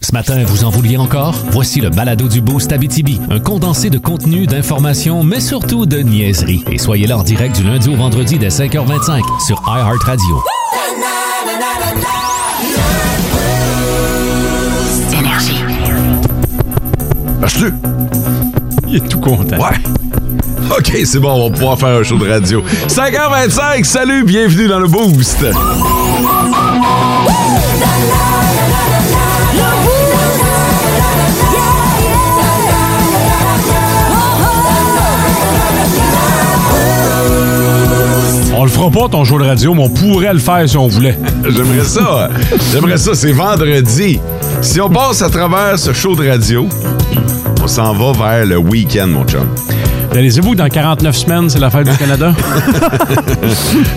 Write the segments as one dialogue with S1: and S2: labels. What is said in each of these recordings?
S1: Ce matin, vous en vouliez encore? Voici le balado du Boost Abitibi, un condensé de contenu, d'informations, mais surtout de niaiseries. Et soyez là en direct du lundi au vendredi dès 5h25 sur iHeartRadio.
S2: Marche-tu?
S3: Il est tout content.
S2: Ouais. OK, c'est bon, on va pouvoir faire un show de radio. 5h25, salut, bienvenue dans le Boost.
S3: On le fera pas ton show de radio, mais on pourrait le faire si on voulait.
S2: J'aimerais ça. J'aimerais ça, c'est vendredi. Si on passe à travers ce show de radio, on s'en va vers le week-end, mon chum.
S3: Allez-vous que dans 49 semaines, c'est la fête du Canada?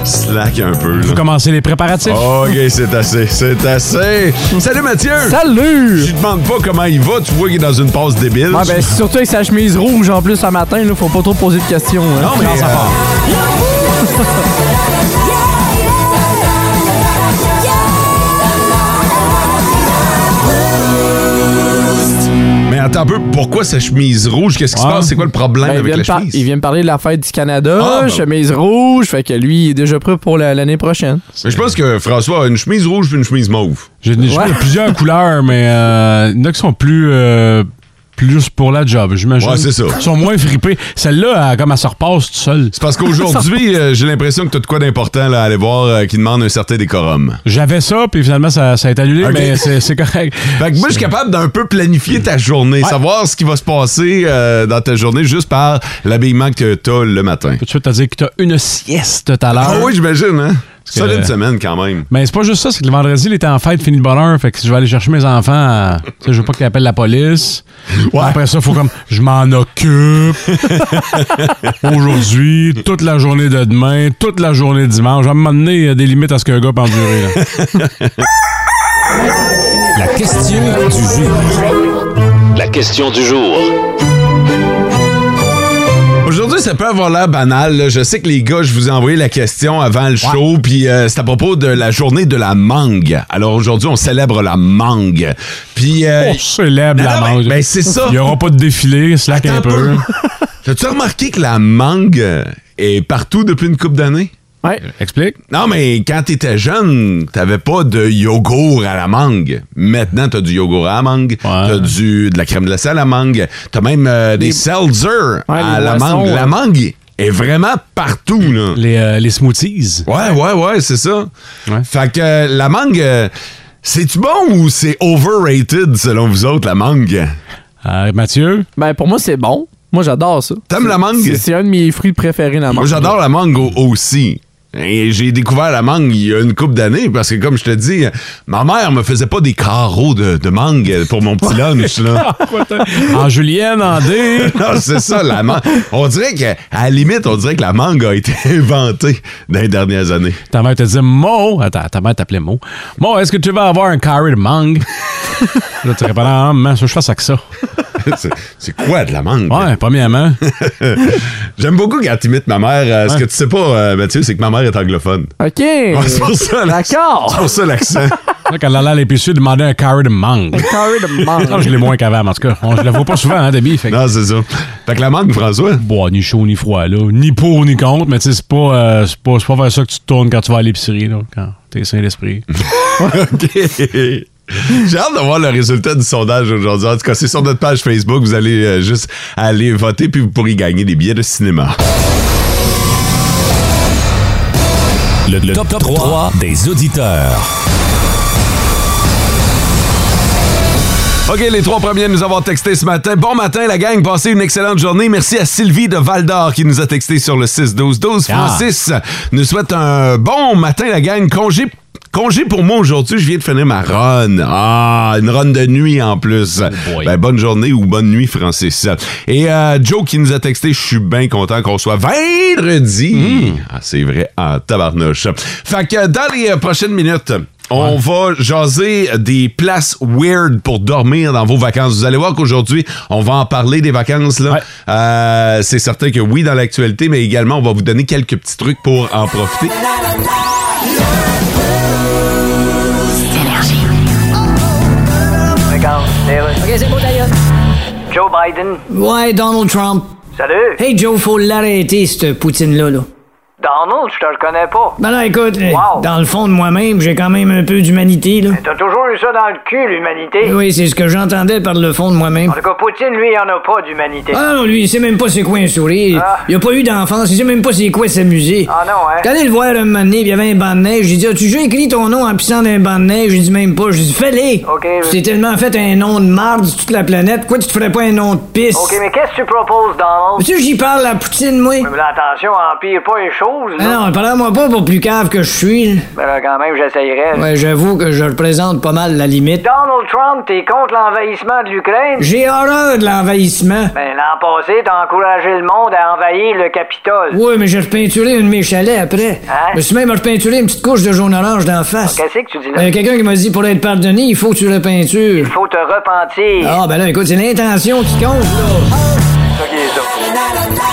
S2: Slack un peu, là.
S3: Vous commencez les préparatifs?
S2: Ah. OK, c'est assez, c'est assez. Salut Mathieu!
S4: Salut!
S2: Je te demande pas comment il va, tu vois qu'il est dans une passe débile.
S4: Ouais, ben, surtout avec sa chemise rouge en plus ce matin, là, faut pas trop poser de questions. hein.
S2: non, mais,
S3: Ah, Non, ça
S2: euh,
S3: part.
S2: mais attends un peu, pourquoi cette chemise rouge? Qu'est-ce qui se
S3: Ouais.
S2: passe? C'est quoi le problème
S4: Ben, il,
S2: avec
S4: vient
S2: la
S4: de par-
S2: chemise?
S4: il vient me parler de la fête du Canada,
S2: Ah, ben-
S4: chemise rouge, fait que lui, il est déjà prêt pour la- l'année prochaine.
S2: Mais je pense que François a une chemise rouge puis une chemise mauve.
S3: J'ai des cheveux
S4: Ouais.
S3: de plusieurs couleurs, mais euh, il y en a qui sont plus. euh, plus pour la job, j'imagine.
S2: Ouais, c'est ça.
S3: Ils sont moins fripés. Celle-là, elle, comme elle se repasse toute seule.
S2: C'est parce qu'aujourd'hui, euh, j'ai l'impression que t'as de quoi d'important là, à aller voir euh, qui demande un certain décorum.
S3: J'avais ça, puis finalement, ça, ça a été annulé,
S2: Ok.
S3: mais c'est c'est correct.
S2: Fait que moi, je suis capable d'un peu planifier ta journée, savoir ce qui va se passer euh, dans ta journée juste par l'habillement que t'as le matin.
S3: Tout de suite, t'as dit que t'as une sieste tout à l'heure.
S2: Ah oui, j'imagine, hein?
S3: que-
S2: Solide semaine quand même.
S3: Mais c'est pas juste ça, c'est que le vendredi, il était en fête, fini de bonheur. Fait que si je vais aller chercher mes enfants, euh, tu sais, je veux pas qu'ils appellent la police.
S2: Ouais.
S3: Après ça, faut comme, je m'en occupe. Aujourd'hui, toute la journée de demain, toute la journée de dimanche. À un moment donné, il y a des limites à ce qu'un gars peut endurer. là.
S1: La question du jour.
S5: La question du jour.
S2: Aujourd'hui, ça peut avoir l'air banal. là. Je sais que les gars, je vous ai envoyé la question avant le show, puis euh, c'est à propos de la journée de la mangue. Alors aujourd'hui, on célèbre la mangue. Puis euh,
S3: Oh, célèbre
S2: non,
S3: la
S2: non, mais-
S3: mangue.
S2: ben, c'est ça.
S3: Il y aura pas de défilé, slack un
S2: Attends
S3: peu.
S2: un peu. T'as-tu remarqué que la mangue est partout depuis une couple d'années?
S4: Ouais.
S3: Explique.
S2: Non, mais quand t'étais jeune, t'avais pas de yogourt à la mangue. Maintenant, t'as du yogourt à la mangue, t'as du, de la crème glacée à la mangue, t'as même euh, des seltzer
S4: Ouais,
S2: à
S4: les
S2: la
S4: boissons,
S2: mangue.
S4: ouais.
S2: La mangue est vraiment partout, là.
S3: Les, euh, les smoothies.
S2: Ouais, ouais, ouais, c'est ça.
S3: Ouais.
S2: Fait que euh, la mangue, euh, c'est-tu bon ou c'est overrated selon vous autres, la mangue?
S3: Euh, Mathieu,
S4: Ben, pour moi, c'est bon. Moi, j'adore ça.
S2: T'aimes la mangue?
S4: C'est- C'est un de mes fruits préférés, la mangue.
S2: Moi, j'adore la mangue au- aussi. Et j'ai découvert la mangue il y a une couple d'années parce que, comme je te dis, ma mère me faisait pas des carreaux de, de mangue pour mon petit lunch. Là.
S3: en julienne, en D.
S2: Non, c'est ça, la mangue. On dirait que, à la limite, on dirait que la mangue a été inventée dans les dernières années.
S3: Ta mère te disait Mo, attends, ta mère t'appelait Mo. Mo, est-ce que tu vas avoir un carré de mangue? là, tu répondais, ah, maman, ça, je fais ça que ça.
S2: C'est- c'est quoi de la mangue?
S3: Ouais, premièrement.
S2: J'aime beaucoup quand tu imites ma mère. Euh, Ce que tu sais pas, euh, Mathieu, c'est que ma mère est anglophone.
S4: OK.
S2: Ouais, c'est pour ça, là. C'est
S4: D'accord.
S2: pour ça l'accent.
S3: Là, quand elle allait à l'épicerie, elle demandait un carré de mangue.
S4: Carré de
S3: Non, je
S4: mangue.
S3: l'ai moins qu'avant, mais en tout cas. on- je la vois pas souvent, hein, Debbie. Fait que,
S2: non, c'est ça. Fait que la mangue, François,
S3: Bon, ni chaud, ni froid, là. Ni pour, ni contre, mais tu sais, c'est pas, euh, c'est pas, c'est pas vers ça que tu te tournes quand tu vas à l'épicerie, là, quand t'es sain d'esprit.
S2: OK. J'ai hâte de voir le résultat du sondage aujourd'hui. En tout cas, c'est sur notre page Facebook. Vous allez euh, juste aller voter puis vous pourrez gagner des billets de cinéma.
S1: Le, le top, 3 des auditeurs.
S2: OK, les trois premiers à nous avoir texté ce matin. Bon matin, la gang. Passez une excellente journée. Merci à Sylvie de Val d'Or qui nous a texté sur le 6-12-12.
S3: Ah.
S2: Francis nous souhaite un bon matin, la gang. Congé. Congé pour moi aujourd'hui, je viens de finir ma run. Ah, une run de nuit en plus.
S3: boy.
S2: Ben, bonne journée ou bonne nuit, Francis. Et euh, Joe qui nous a texté, je suis bien content qu'on soit vendredi.
S3: Hmm.
S2: Ah, c'est vrai, en tabarnouche. Fait que dans les euh, prochaines minutes, on va jaser des places weird pour dormir dans vos vacances. Vous allez voir qu'aujourd'hui, on va en parler des vacances. là.
S3: Ouais.
S2: Euh, c'est certain que oui, dans l'actualité, mais également, on va vous donner quelques petits trucs pour en profiter.
S6: c'est beau d'ailleurs.
S7: Joe Biden.
S6: Ouais, Donald Trump.
S7: Salut.
S6: Hey Joe, faut l'arrêter, cette poutine-là. Là.
S7: Donald, je te le connais pas.
S6: Ben là, écoute, euh,
S7: Wow.
S6: dans le fond de moi-même, j'ai quand même un peu d'humanité, là.
S7: T'as toujours eu ça dans le cul, l'humanité.
S6: Oui, c'est ce que j'entendais par le fond de moi-même.
S7: En tout cas, Poutine, lui, il en a pas d'humanité.
S6: Ah non, lui, il sait même pas c'est quoi un sourire.
S7: Ah.
S6: Il a pas eu d'enfance, il sait même pas c'est quoi s'amuser.
S7: Ah non, hein?
S6: T'es allé le voir un moment donné, pis il y avait un banc de neige. J'ai dit, as-tu déjà écrit ton nom en pissant d'un banc de neige? J'ai dit, même pas. J'ai dit, fais-le!
S7: Ok,
S6: Tu
S7: oui.
S6: t'es tellement fait un nom de marde sur toute la planète. Pourquoi tu te ferais pas un nom de pisse?
S7: OK, mais qu'est-ce que tu proposes, Donald?
S6: Monsieur, j'y parle à Poutine, moi.
S7: Mais là, attention, empire pas les choses,
S6: Ah
S7: là.
S6: non, parle-moi pas pour plus cave que je suis. là.
S7: Mais là, quand même, j'essayerais.
S6: Ouais, j'avoue que je représente pas mal la limite.
S7: Donald Trump, t'es contre l'envahissement de l'Ukraine?
S6: J'ai horreur de l'envahissement.
S7: Ben, l'an passé, t'as encouragé le monde à envahir le Capitole.
S6: Oui, mais j'ai repeinturé un de mes chalets après.
S7: Hein?
S6: Je me suis même repeinturé une petite couche de jaune orange d'en face.
S7: Qu'est-ce que tu dis là?
S6: Euh, Quelqu'un qui m'a dit pour être pardonné, il faut que tu repeintures.
S7: Faut te repentir.
S6: Ah, ben là, écoute, c'est l'intention qui compte, là. Ah.
S7: C'est ça qui est ça.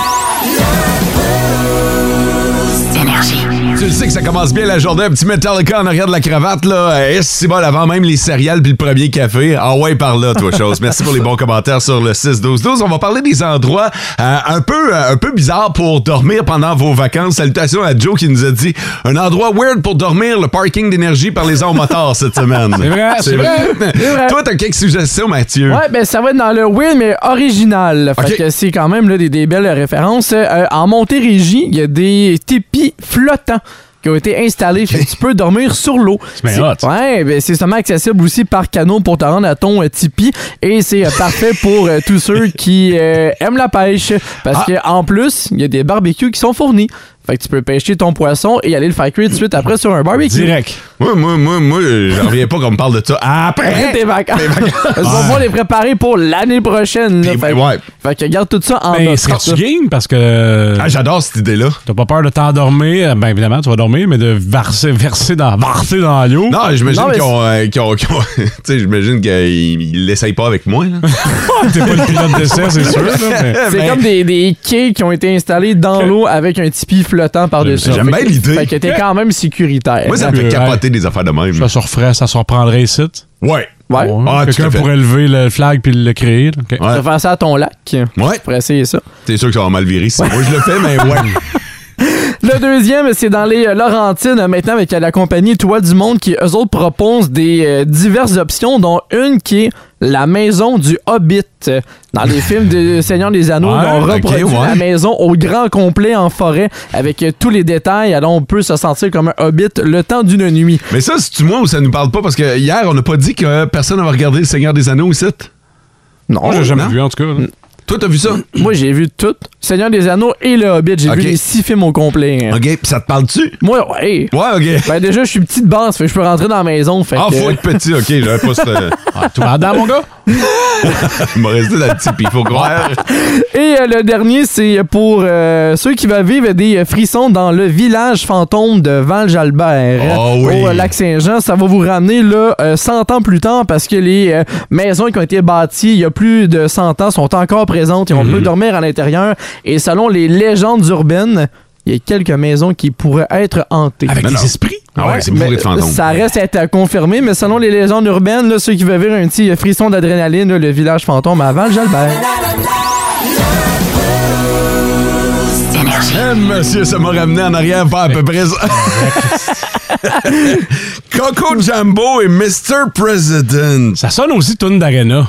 S2: Tu le sais que ça commence bien la journée, un petit Metallica en arrière de la cravate, là. Est-ce si bon avant même les céréales puis le premier café? Ah ouais, par là, toi, chose. Merci pour les bons commentaires sur le 6-12-12. On va parler des endroits euh, un peu euh, un peu bizarres pour dormir pendant vos vacances. Salutations à Joe qui nous a dit un endroit weird pour dormir, le parking d'énergie par les ans aux motards cette semaine.
S3: C'est vrai, c'est
S4: vrai.
S2: toi, t'as quelques suggestions, Mathieu?
S4: Ouais, ben ça va être dans le weird, mais original. Fait
S2: Ok.
S4: que c'est quand même là, des, des belles références. Euh, en Montérégie, il y a des tipis flottants qui ont été installés. Fait que tu peux dormir sur l'eau.
S3: bien
S4: C'est-
S3: hot, ça.
S4: Ouais, ben c'est seulement accessible aussi par canot pour te rendre à ton euh, tipi. Et c'est euh, parfait pour euh, tous ceux qui euh, aiment la pêche. Parce que en plus, il y a des barbecues qui sont fournis. Fait que tu peux pêcher ton poisson et aller le faire cuire tout de suite après sur un barbecue.
S3: Direct.
S2: Moi, moi, moi, moi, j'en reviens pas qu'on me parle de ça
S4: Après
S2: après.
S4: tes vacances. Parce qu'on va pouvoir les préparer pour l'année prochaine.
S3: Ah,
S4: là.
S2: Tes-
S4: fait, que-
S2: ouais.
S4: fait que garde tout ça en
S3: Mais
S4: note.
S3: serais-tu
S4: Ça.
S3: game? Parce que
S2: Ah, j'adore cette idée-là.
S3: t'as pas peur de t'endormir. Ben évidemment, tu vas dormir, mais de verser, verser dans, verser dans l'eau.
S2: Non, j'imagine
S4: Non, mais
S2: qu'ils ont. euh, qu'ils ont- qu'ils ont- tu sais, j'imagine qu'ils l'essayent pas avec moi, là.
S3: T'es pas le pilote d'essai, c'est sûr. là, mais-
S4: C'est
S2: Ben,
S4: comme des, des quais qui ont été installés dans l'eau avec un tipi flottant par-dessus.
S2: J'aime
S4: Fait
S2: bien
S4: que-
S2: l'idée.
S4: Fait que t'es quand même sécuritaire.
S2: Moi, ça me fait
S3: Ouais.
S2: capoter des affaires de même.
S3: Ça se referait, ça se reprendrait ici.
S2: Ouais.
S4: Ouais.
S3: Ouais,
S2: Ah, tout à
S3: Quelqu'un
S2: fait.
S3: pourrait lever le flag puis le créer. là. OK.
S2: Ouais.
S4: Tu vas faire ça à ton lac.
S2: Ouais.
S4: Pour essayer ça.
S2: T'es sûr que ça va mal virer si moi je le fais, mais ouais.
S4: Le deuxième, c'est dans les euh, Laurentides euh, maintenant avec euh, la compagnie Toit du Monde qui eux autres proposent des euh, diverses options, dont une qui est la maison du Hobbit. Euh, Dans les films de Seigneur des Anneaux,
S3: Ouais,
S4: on
S2: ok,
S4: reproduit
S2: ouais.
S4: la maison au grand complet en forêt avec euh, tous les détails. Alors on peut se sentir comme un Hobbit le temps d'une nuit.
S2: mais ça, c'est-tu moi ou ça nous parle pas? Parce que hier, on n'a pas dit que personne n'avait regardé Le Seigneur des Anneaux ici.
S4: Non,
S3: Moi, j'ai jamais
S2: non.
S3: vu, en tout cas. là.
S2: Toi, t'as vu ça?
S4: moi j'ai vu tout Seigneur des Anneaux et le Hobbit. J'ai
S2: Ok.
S4: vu les six films au complet. hein.
S2: OK, pis ça te parle-tu?
S4: Moi, ouais.
S2: Ouais, OK.
S4: Ben déjà, je suis petite base, fait que je peux rentrer dans la maison. Fait
S2: Ah,
S4: que-
S2: faut être petit, OK. J'avais pas ce.
S3: Ah, tout va dedans, mon gars.
S2: Il m'a resté dans le petit pis, faut croire.
S4: Et euh, le dernier, c'est pour euh, ceux qui veulent vivre des euh, frissons dans le village fantôme de Val-Jalbert
S2: Ah oui.
S4: au euh, Lac-Saint-Jean. Ça va vous ramener là, euh, 100 ans plus tard parce que les euh, maisons qui ont été bâties il y a plus de 100 ans sont encore présentes et on peut dormir à l'intérieur. Et selon les légendes urbaines, il y a quelques maisons qui pourraient être hantées.
S3: Avec
S2: Mais non.
S3: des esprits.
S2: Ah ouais, c'est bourré
S4: Mais
S2: de fantômes.
S4: ça reste à être euh, confirmé, mais selon les légendes urbaines, là, ceux qui veulent vivre un petit euh, frisson d'adrénaline, là, le village fantôme à Val-Jalbert.
S2: Eh, monsieur, ça m'a ramené en arrière pas à peu près ça. Coco Jumbo et Mr. President.
S3: Ça sonne aussi tune d'arena.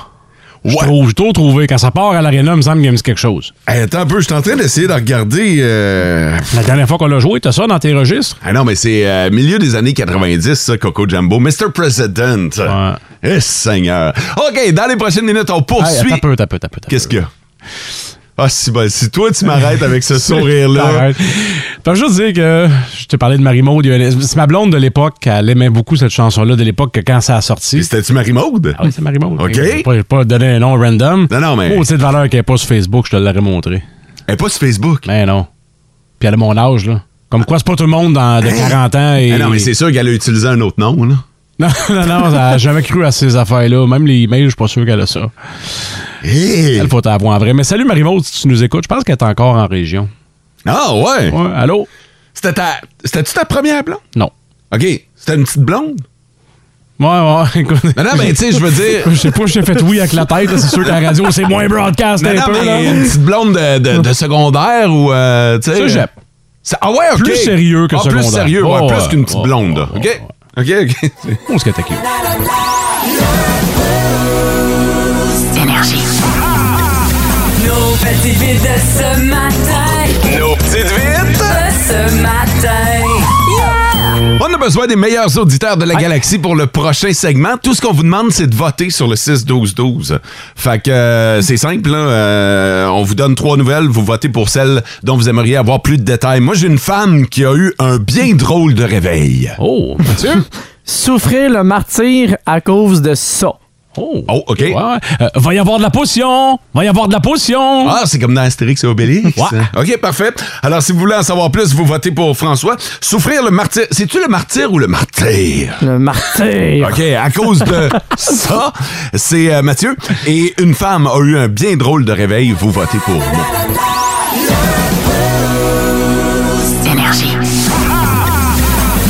S3: Je
S2: Ouais.
S3: trouve, j'ai trop trouvé. Quand ça part à l'arena, il me semble qu'il me dit quelque chose.
S2: Hey, attends un peu, je suis en train d'essayer de regarder. euh,
S3: La dernière fois qu'on l'a joué, t'as ça dans tes registres?
S2: Ah non, mais c'est euh, milieu des années 90, ça, Coco Jumbo. Mr. President.
S3: Ouais.
S2: Eh, Seigneur. OK, dans les prochaines minutes, on poursuit.
S3: t'as peu, t'as peu, t'as peu.
S2: Qu'est-ce qu'il y a? Ah, si, ben, si toi, tu m'arrêtes avec ce sourire-là.
S3: T'arrêtes. T'as juste dit que je t'ai parlé de Marie-Maud. il y a une- C'est ma blonde de l'époque, elle aimait beaucoup cette chanson-là de l'époque que quand ça a sorti.
S2: Et C'était-tu Marie-Maude?
S3: Ah oui, c'est Marie-Maud.
S2: OK.
S3: Je vais pas, je vais pas donner un nom random.
S2: Non, non, mais-
S3: Au titre de valeur qu'elle est pas sur Facebook, je te l'aurais montré.
S2: Elle est pas sur Facebook.
S3: Mais non. Puis elle a mon âge, là. Comme quoi, c'est pas tout le monde dans, de 40 ans. Ben, Et...
S2: Ah non, mais c'est sûr qu'elle a utilisé un autre nom, là.
S3: Non, non, non, elle a jamais cru à ces affaires-là. Même les emails, je suis pas sûr qu'elle a ça.
S2: Eh!
S3: Elle faut t'avoir en vrai. Mais salut Marie-Maud, si tu nous écoutes, je pense qu'elle est encore en région.
S2: Ah, ouais.
S3: Ouais, allô?
S2: C'était ta. C'était-tu ta première blonde?
S3: Non.
S2: OK. C'était une petite blonde?
S3: Ouais, ouais, écoute.
S2: Non, non, mais tu sais, je veux dire.
S3: Je sais pas, j'ai fait oui avec la tête, là, c'est sûr qu'en radio, c'est moins broadcast
S2: Non,
S3: un
S2: non,
S3: peu, là.
S2: mais une petite blonde de, de- de secondaire ou. euh, tu sais,
S3: Ça, j'aime.
S2: Ça- Ah ouais, ok.
S3: Plus sérieux que
S2: ah, Plus
S3: secondaire.
S2: sérieux, ouais,
S3: Oh,
S2: plus
S3: ouais,
S2: qu'une petite
S3: ouais,
S2: blonde.
S3: ouais,
S2: ok? Ok, ok.
S3: On se cataque.
S8: Nos petites vites de ce matin.
S2: Nos petites vites!
S8: De ce matin. Yeah!
S2: On a besoin des meilleurs auditeurs de la galaxie pour le prochain segment. Tout ce qu'on vous demande, c'est de voter sur le 6-12-12. Fait que euh, c'est simple, là. Euh, on vous donne trois nouvelles, vous votez pour celle dont vous aimeriez avoir plus de détails. Moi, j'ai une femme qui a eu un bien drôle de réveil.
S3: Oh, Mathieu?
S4: Souffrir le martyr à cause de ça.
S3: Oh.
S2: Oh, OK.
S3: Ouais, ouais. Euh, va y avoir de la potion! Va y avoir de la potion!
S2: Ah, c'est comme dans Astérix et Obélix. hein.
S3: Ouais.
S2: OK, parfait. Alors, si vous voulez en savoir plus, vous votez pour François. Souffrir le martyr. C'est-tu le martyr ou le martyr?
S4: Le martyr.
S2: OK, à cause de ça, c'est euh, Mathieu. Et une femme a eu un bien drôle de réveil. Vous votez pour moi.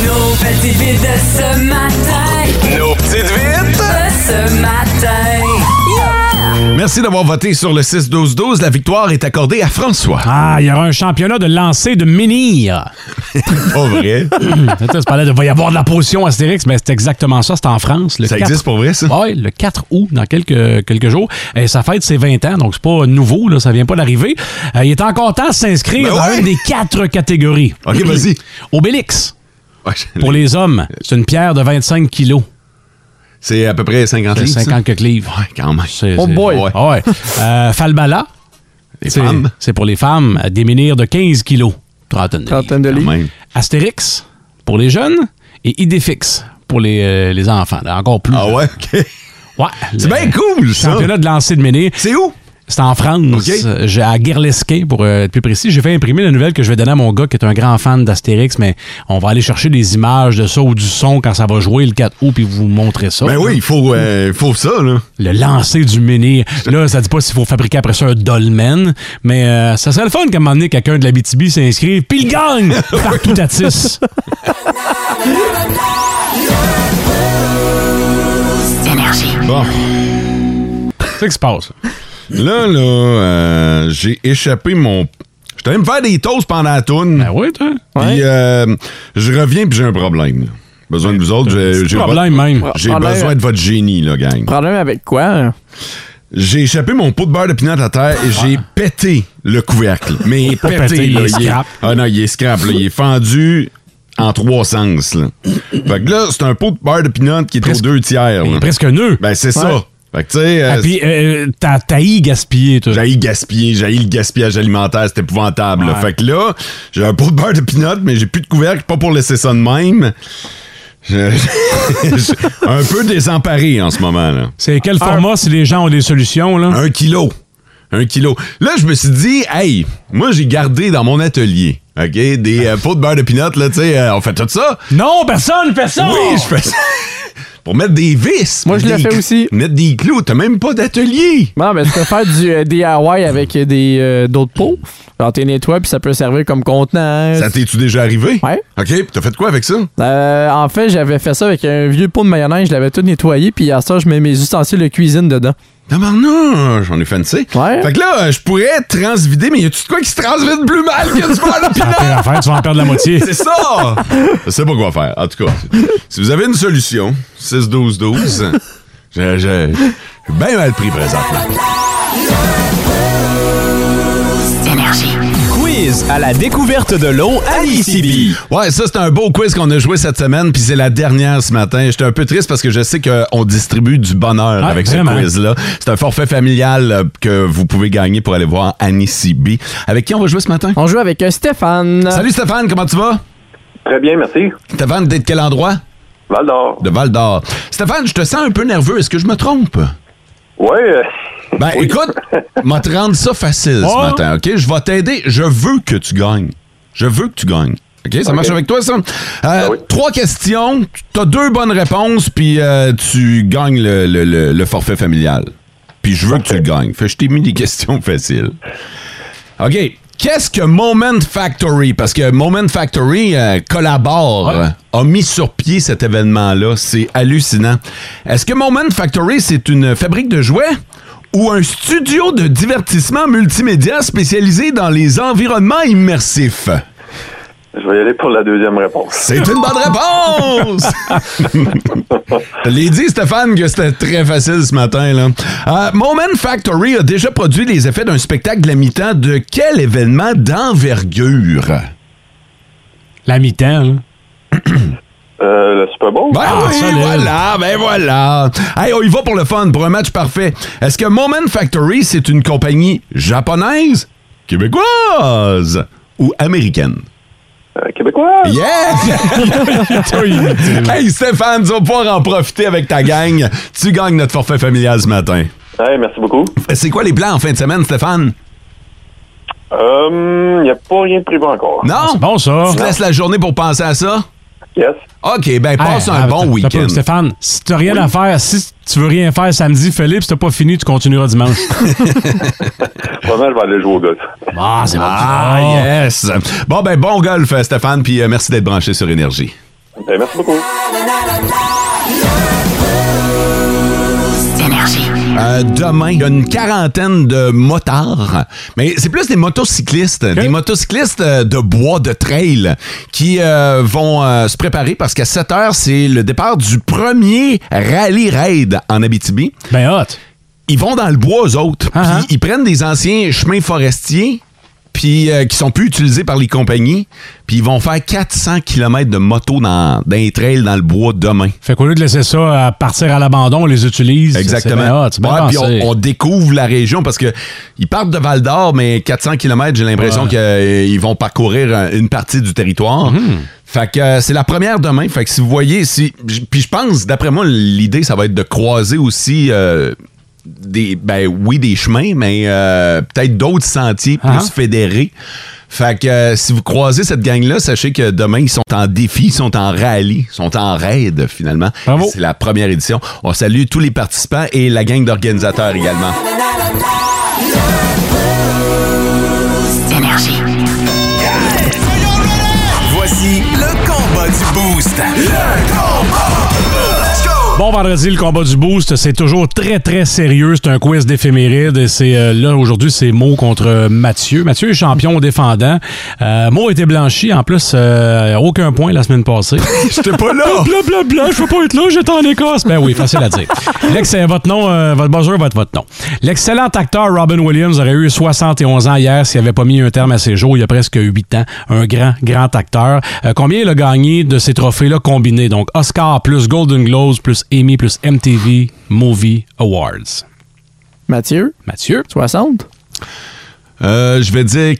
S8: Nos petites vites de ce matin.
S2: Nos petites
S8: De ce matin. Yeah!
S2: Merci d'avoir voté sur le 6-12-12. La victoire est accordée à François.
S3: Ah, il y aura un championnat de lancer de mini. Ah.
S2: Pas vrai.
S3: tu parlais de va y avoir de la potion Astérix, mais c'est exactement ça, c'est en France. Le
S2: Ça
S3: 4
S2: existe pour vrai, ça?
S3: Oui, le 4 août, dans quelques, quelques jours. Et sa fête, c'est 20 ans, donc c'est pas nouveau, là, ça vient pas d'arriver. Euh, il est encore temps de s'inscrire
S2: Ben
S3: dans
S2: ouais.
S3: une des quatre catégories.
S2: OK, vas-y.
S3: Obélix,
S2: Ouais, je-
S3: pour les hommes, c'est une pierre de 25 kilos.
S2: C'est à peu près 50
S3: C'est
S2: livres. ça?
S3: 50 que livres.
S2: Ouais, quand même.
S3: C'est-
S4: Oh
S3: c'est-
S4: boy.
S3: Ouais. ouais. Euh, Falbala,
S2: Les
S3: c'est-
S2: femmes,
S3: c'est pour les femmes, à démunir de 15 kilos. Trentaine de livres.
S4: Trentaine de
S2: quand
S4: livres.
S2: même.
S3: Astérix pour les jeunes et Idéfix pour les, euh, les enfants. là, encore plus.
S2: Ah ouais, OK.
S3: Ouais,
S2: C'est
S3: le
S2: bien cool, ça.
S3: Championnat de lancer de menée.
S2: C'est où?
S3: C'est en France.
S2: OK.
S3: Euh, j'ai- À Guerlesquet, pour euh, être plus précis. J'ai fait imprimer la nouvelle que je vais donner à mon gars qui est un grand fan d'Astérix, mais on va aller chercher des images de ça ou du son quand ça va jouer le 4 août puis vous montrer ça.
S2: Ben oui, il faut, euh, il faut ça, là.
S3: Le lancer du menhir. Là, ça dit pas s'il faut fabriquer après ça un dolmen, mais euh, ça serait le fun qu'à un moment donné, quelqu'un de la BTB s'inscrive, puis il gagne partout à 6.
S2: Bon.
S3: C'est ça qui se passe.
S2: Là, là, euh, j'ai échappé mon... J'étais allé me faire des toasts pendant la toune.
S3: Ben oui, toi.
S2: Puis euh, je reviens puis j'ai un problème. là. Besoin de vous autres. j'ai-
S3: J'ai
S2: J'ai
S3: problème
S2: votre-
S3: même.
S2: J'ai
S4: Problème.
S2: besoin de votre génie, là, gang.
S4: Problème avec quoi? hein?
S2: J'ai échappé mon pot de beurre de pinot à terre et j'ai pété le couvercle. Mais pété,
S3: pété, il
S2: là,
S3: est scrap.
S2: Ah non, il est scrap, là. Il est fendu en trois sens, là. Fait que là, c'est un pot de beurre de pinot qui est
S3: Presque-
S2: aux deux tiers,
S3: Il
S2: là.
S3: est presque nœud.
S2: Ben, c'est ça. Fait que, tu sais... euh,
S3: Ah, puis euh, t'as tailli gaspillé, toi.
S2: J'haïs gaspiller, j'haïs le gaspillage alimentaire, c'est épouvantable. là.
S3: Ouais.
S2: Fait que là, j'ai un pot de beurre de pinot, mais j'ai plus de couvercle, pas pour laisser ça de même. Je, je suis un peu désemparé en ce moment. Là.
S3: C'est quel format si les gens ont des solutions, là?
S2: Un kilo. Un kilo. Là, je me suis dit, hey, moi, j'ai gardé dans mon atelier, OK, des euh, pots de beurre de pinot, là, tu sais, euh, on fait tout ça.
S3: Non, personne fait ça!
S2: Oui, je fais ça. Pour mettre des vis.
S4: Moi, je
S2: mettre
S4: le
S2: des
S4: fais
S2: clous-
S4: aussi.
S2: Mettre des clous. T'as même pas d'atelier.
S4: Non, mais tu peux faire du euh, DIY avec euh, des euh, d'autres pots. Genre, t'es nettoies, puis ça peut servir comme contenant.
S2: Ça t'es-tu déjà arrivé?
S4: Euh, Ouais.
S2: OK, puis t'as fait quoi avec ça?
S4: Euh, en fait, j'avais fait ça avec un vieux pot de mayonnaise. Je l'avais tout nettoyé, puis à ça, je mets mes ustensiles de cuisine dedans.
S2: Non, mais non, j'en ai fancy.
S4: Ouais.
S2: Fait que là, euh, je pourrais transvider, mais y a-tu de quoi qui se transvide plus mal que du beurre de
S3: La
S2: pinot?
S3: pire affaire, tu vas en perdre la moitié.
S2: C'est ça! Je sais pas quoi faire. En tout cas, si vous avez une solution, 6-12-12, je, je, je suis bien mal pris présentement.
S9: Quiz à la découverte de l'eau à l'ICB.
S2: Ouais, ça, c'est un beau quiz qu'on a joué cette semaine, puis c'est la dernière ce matin. J'étais un peu triste parce que je sais qu'on distribue du bonheur
S3: Ah,
S2: avec
S3: vraiment.
S2: ce quiz-là. C'est un forfait familial euh, que vous pouvez gagner pour aller voir Annie Sibi. Avec qui on va jouer ce matin?
S4: On joue avec euh, Stéphane.
S2: Salut Stéphane, comment tu vas?
S10: Très bien, merci.
S2: Stéphane, t'es de quel endroit?
S10: Val d'Or.
S2: de Val d'Or. Stéphane, je te sens un peu nerveux. Est-ce que je me trompe?
S10: Ouais, euh,
S2: Ben, écoute, m'a te rendre ça facile ce
S3: Ouais.
S2: matin, OK? Je vais t'aider. Je veux que tu gagnes. Je veux que tu gagnes. OK? Ça marche avec toi, ça? Euh,
S10: Ah
S2: Trois questions. Tu as deux bonnes réponses, puis euh, tu gagnes le, le- le- le forfait familial. Puis je veux que tu le gagnes. Fait que je t'ai mis des questions faciles. OK. Qu'est-ce que Moment Factory, parce que Moment Factory euh, collabore, euh, a mis sur pied cet événement-là? C'est hallucinant. Est-ce que Moment Factory, c'est une fabrique de jouets ou un studio de divertissement multimédia spécialisé dans les environnements immersifs?
S10: Je vais y aller pour la deuxième réponse.
S2: C'est une bonne réponse! Je l'ai dit, Stéphane, que c'était très facile ce matin. Là. Euh, Moment Factory a déjà produit les effets d'un spectacle de la mi-temps de quel événement d'envergure?
S3: La mi-temps, là.
S10: Euh, le Super Bowl?
S2: Ben oui,
S3: solide.
S2: voilà, ben voilà. Hey, on y va pour le fun, pour un match parfait. Est-ce que Moment Factory, c'est une compagnie japonaise, québécoise ou américaine?
S10: Euh, Québécois?
S2: Yeah! hey Stéphane, tu vas pouvoir en profiter avec ta gang. Tu gagnes notre forfait familial ce matin.
S10: Hey, merci beaucoup.
S2: C'est quoi les plans en fin de semaine, Stéphane?
S10: Il n'y Euh, a pas rien de prévu encore.
S2: Non?
S3: Ah, C'est bon, ça.
S2: Tu te laisses la journée pour penser à ça?
S10: Yes.
S2: OK, ben passe
S3: Hey, ah,
S2: un
S3: attends,
S2: bon
S3: attends,
S2: week-end.
S3: attends, Stéphane, si t'as rien à faire, si tu veux rien faire samedi, Philippe, si t'as pas fini, tu continueras dimanche.
S10: Probablement, je vais aller jouer au golf.
S3: ah, c'est bon.
S2: Ah, yes! Bon, ben bon golf, Stéphane, puis euh, merci d'être branché sur Énergie.
S10: Hey, Ben, merci beaucoup.
S2: Euh, demain, il y a une quarantaine de motards, mais c'est plus des motocyclistes, des motocyclistes euh, de bois de trail qui euh, vont euh, se préparer parce qu'à 7 heures, c'est le départ du premier rallye raid en Abitibi.
S3: Ben hot.
S2: Ils vont dans le bois, eux autres, puis
S3: Ah, ah.
S2: ils prennent des anciens chemins forestiers puis euh, qui sont plus utilisés par les compagnies, puis ils vont faire 400 km de moto dans, dans les trails dans le bois demain.
S3: Fait qu'au lieu de laisser ça à partir à l'abandon, on les utilise.
S2: Exactement.
S3: C'est bien hot, c'est bien
S2: Ouais, puis
S3: pensé.
S2: on, on découvre la région parce que ils partent de Val d'Or, mais 400 km, j'ai l'impression qu'ils vont parcourir un- une partie du territoire.
S3: Mhm.
S2: Fait que euh, c'est la première demain. Fait que si vous voyez, si j- puis je pense, d'après moi, l'idée, ça va être de croiser aussi. euh, des, ben oui, des chemins, mais euh, peut-être d'autres sentiers plus
S3: Ah.
S2: fédérés. Fait que euh, si vous croisez cette gang-là, sachez que demain, ils sont en défi, ils sont en rallye, ils sont en raid finalement.
S3: Bravo.
S2: C'est la première édition. On salue tous les participants et la gang d'organisateurs également.
S9: Voici le combat du Boost. Le combat!
S3: Bon vendredi, le combat du boost, c'est toujours très très sérieux. C'est un quiz d'éphéméride. Et c'est euh, là aujourd'hui, c'est Mo contre Mathieu. Mathieu est champion défendant. Euh, Mo a été blanchi. En plus, euh, aucun point la semaine passée.
S2: J'étais pas là!
S3: Bla bla bla, je peux pas être là, j'étais en Écosse. Ben oui, facile à dire. Lex, euh, votre nom, euh, votre buzzer va être votre nom. L'excellent acteur Robin Williams aurait eu 71 ans hier s'il avait pas mis un terme à ses jours il y a presque 8 ans. Un grand, grand acteur. Euh, combien il a gagné de ces trophées-là combinés? Donc Oscar plus Golden Globes plus Emmy plus MTV Movie Awards.
S4: Mathieu,
S3: Mathieu,
S4: 60?
S2: Euh, je vais dire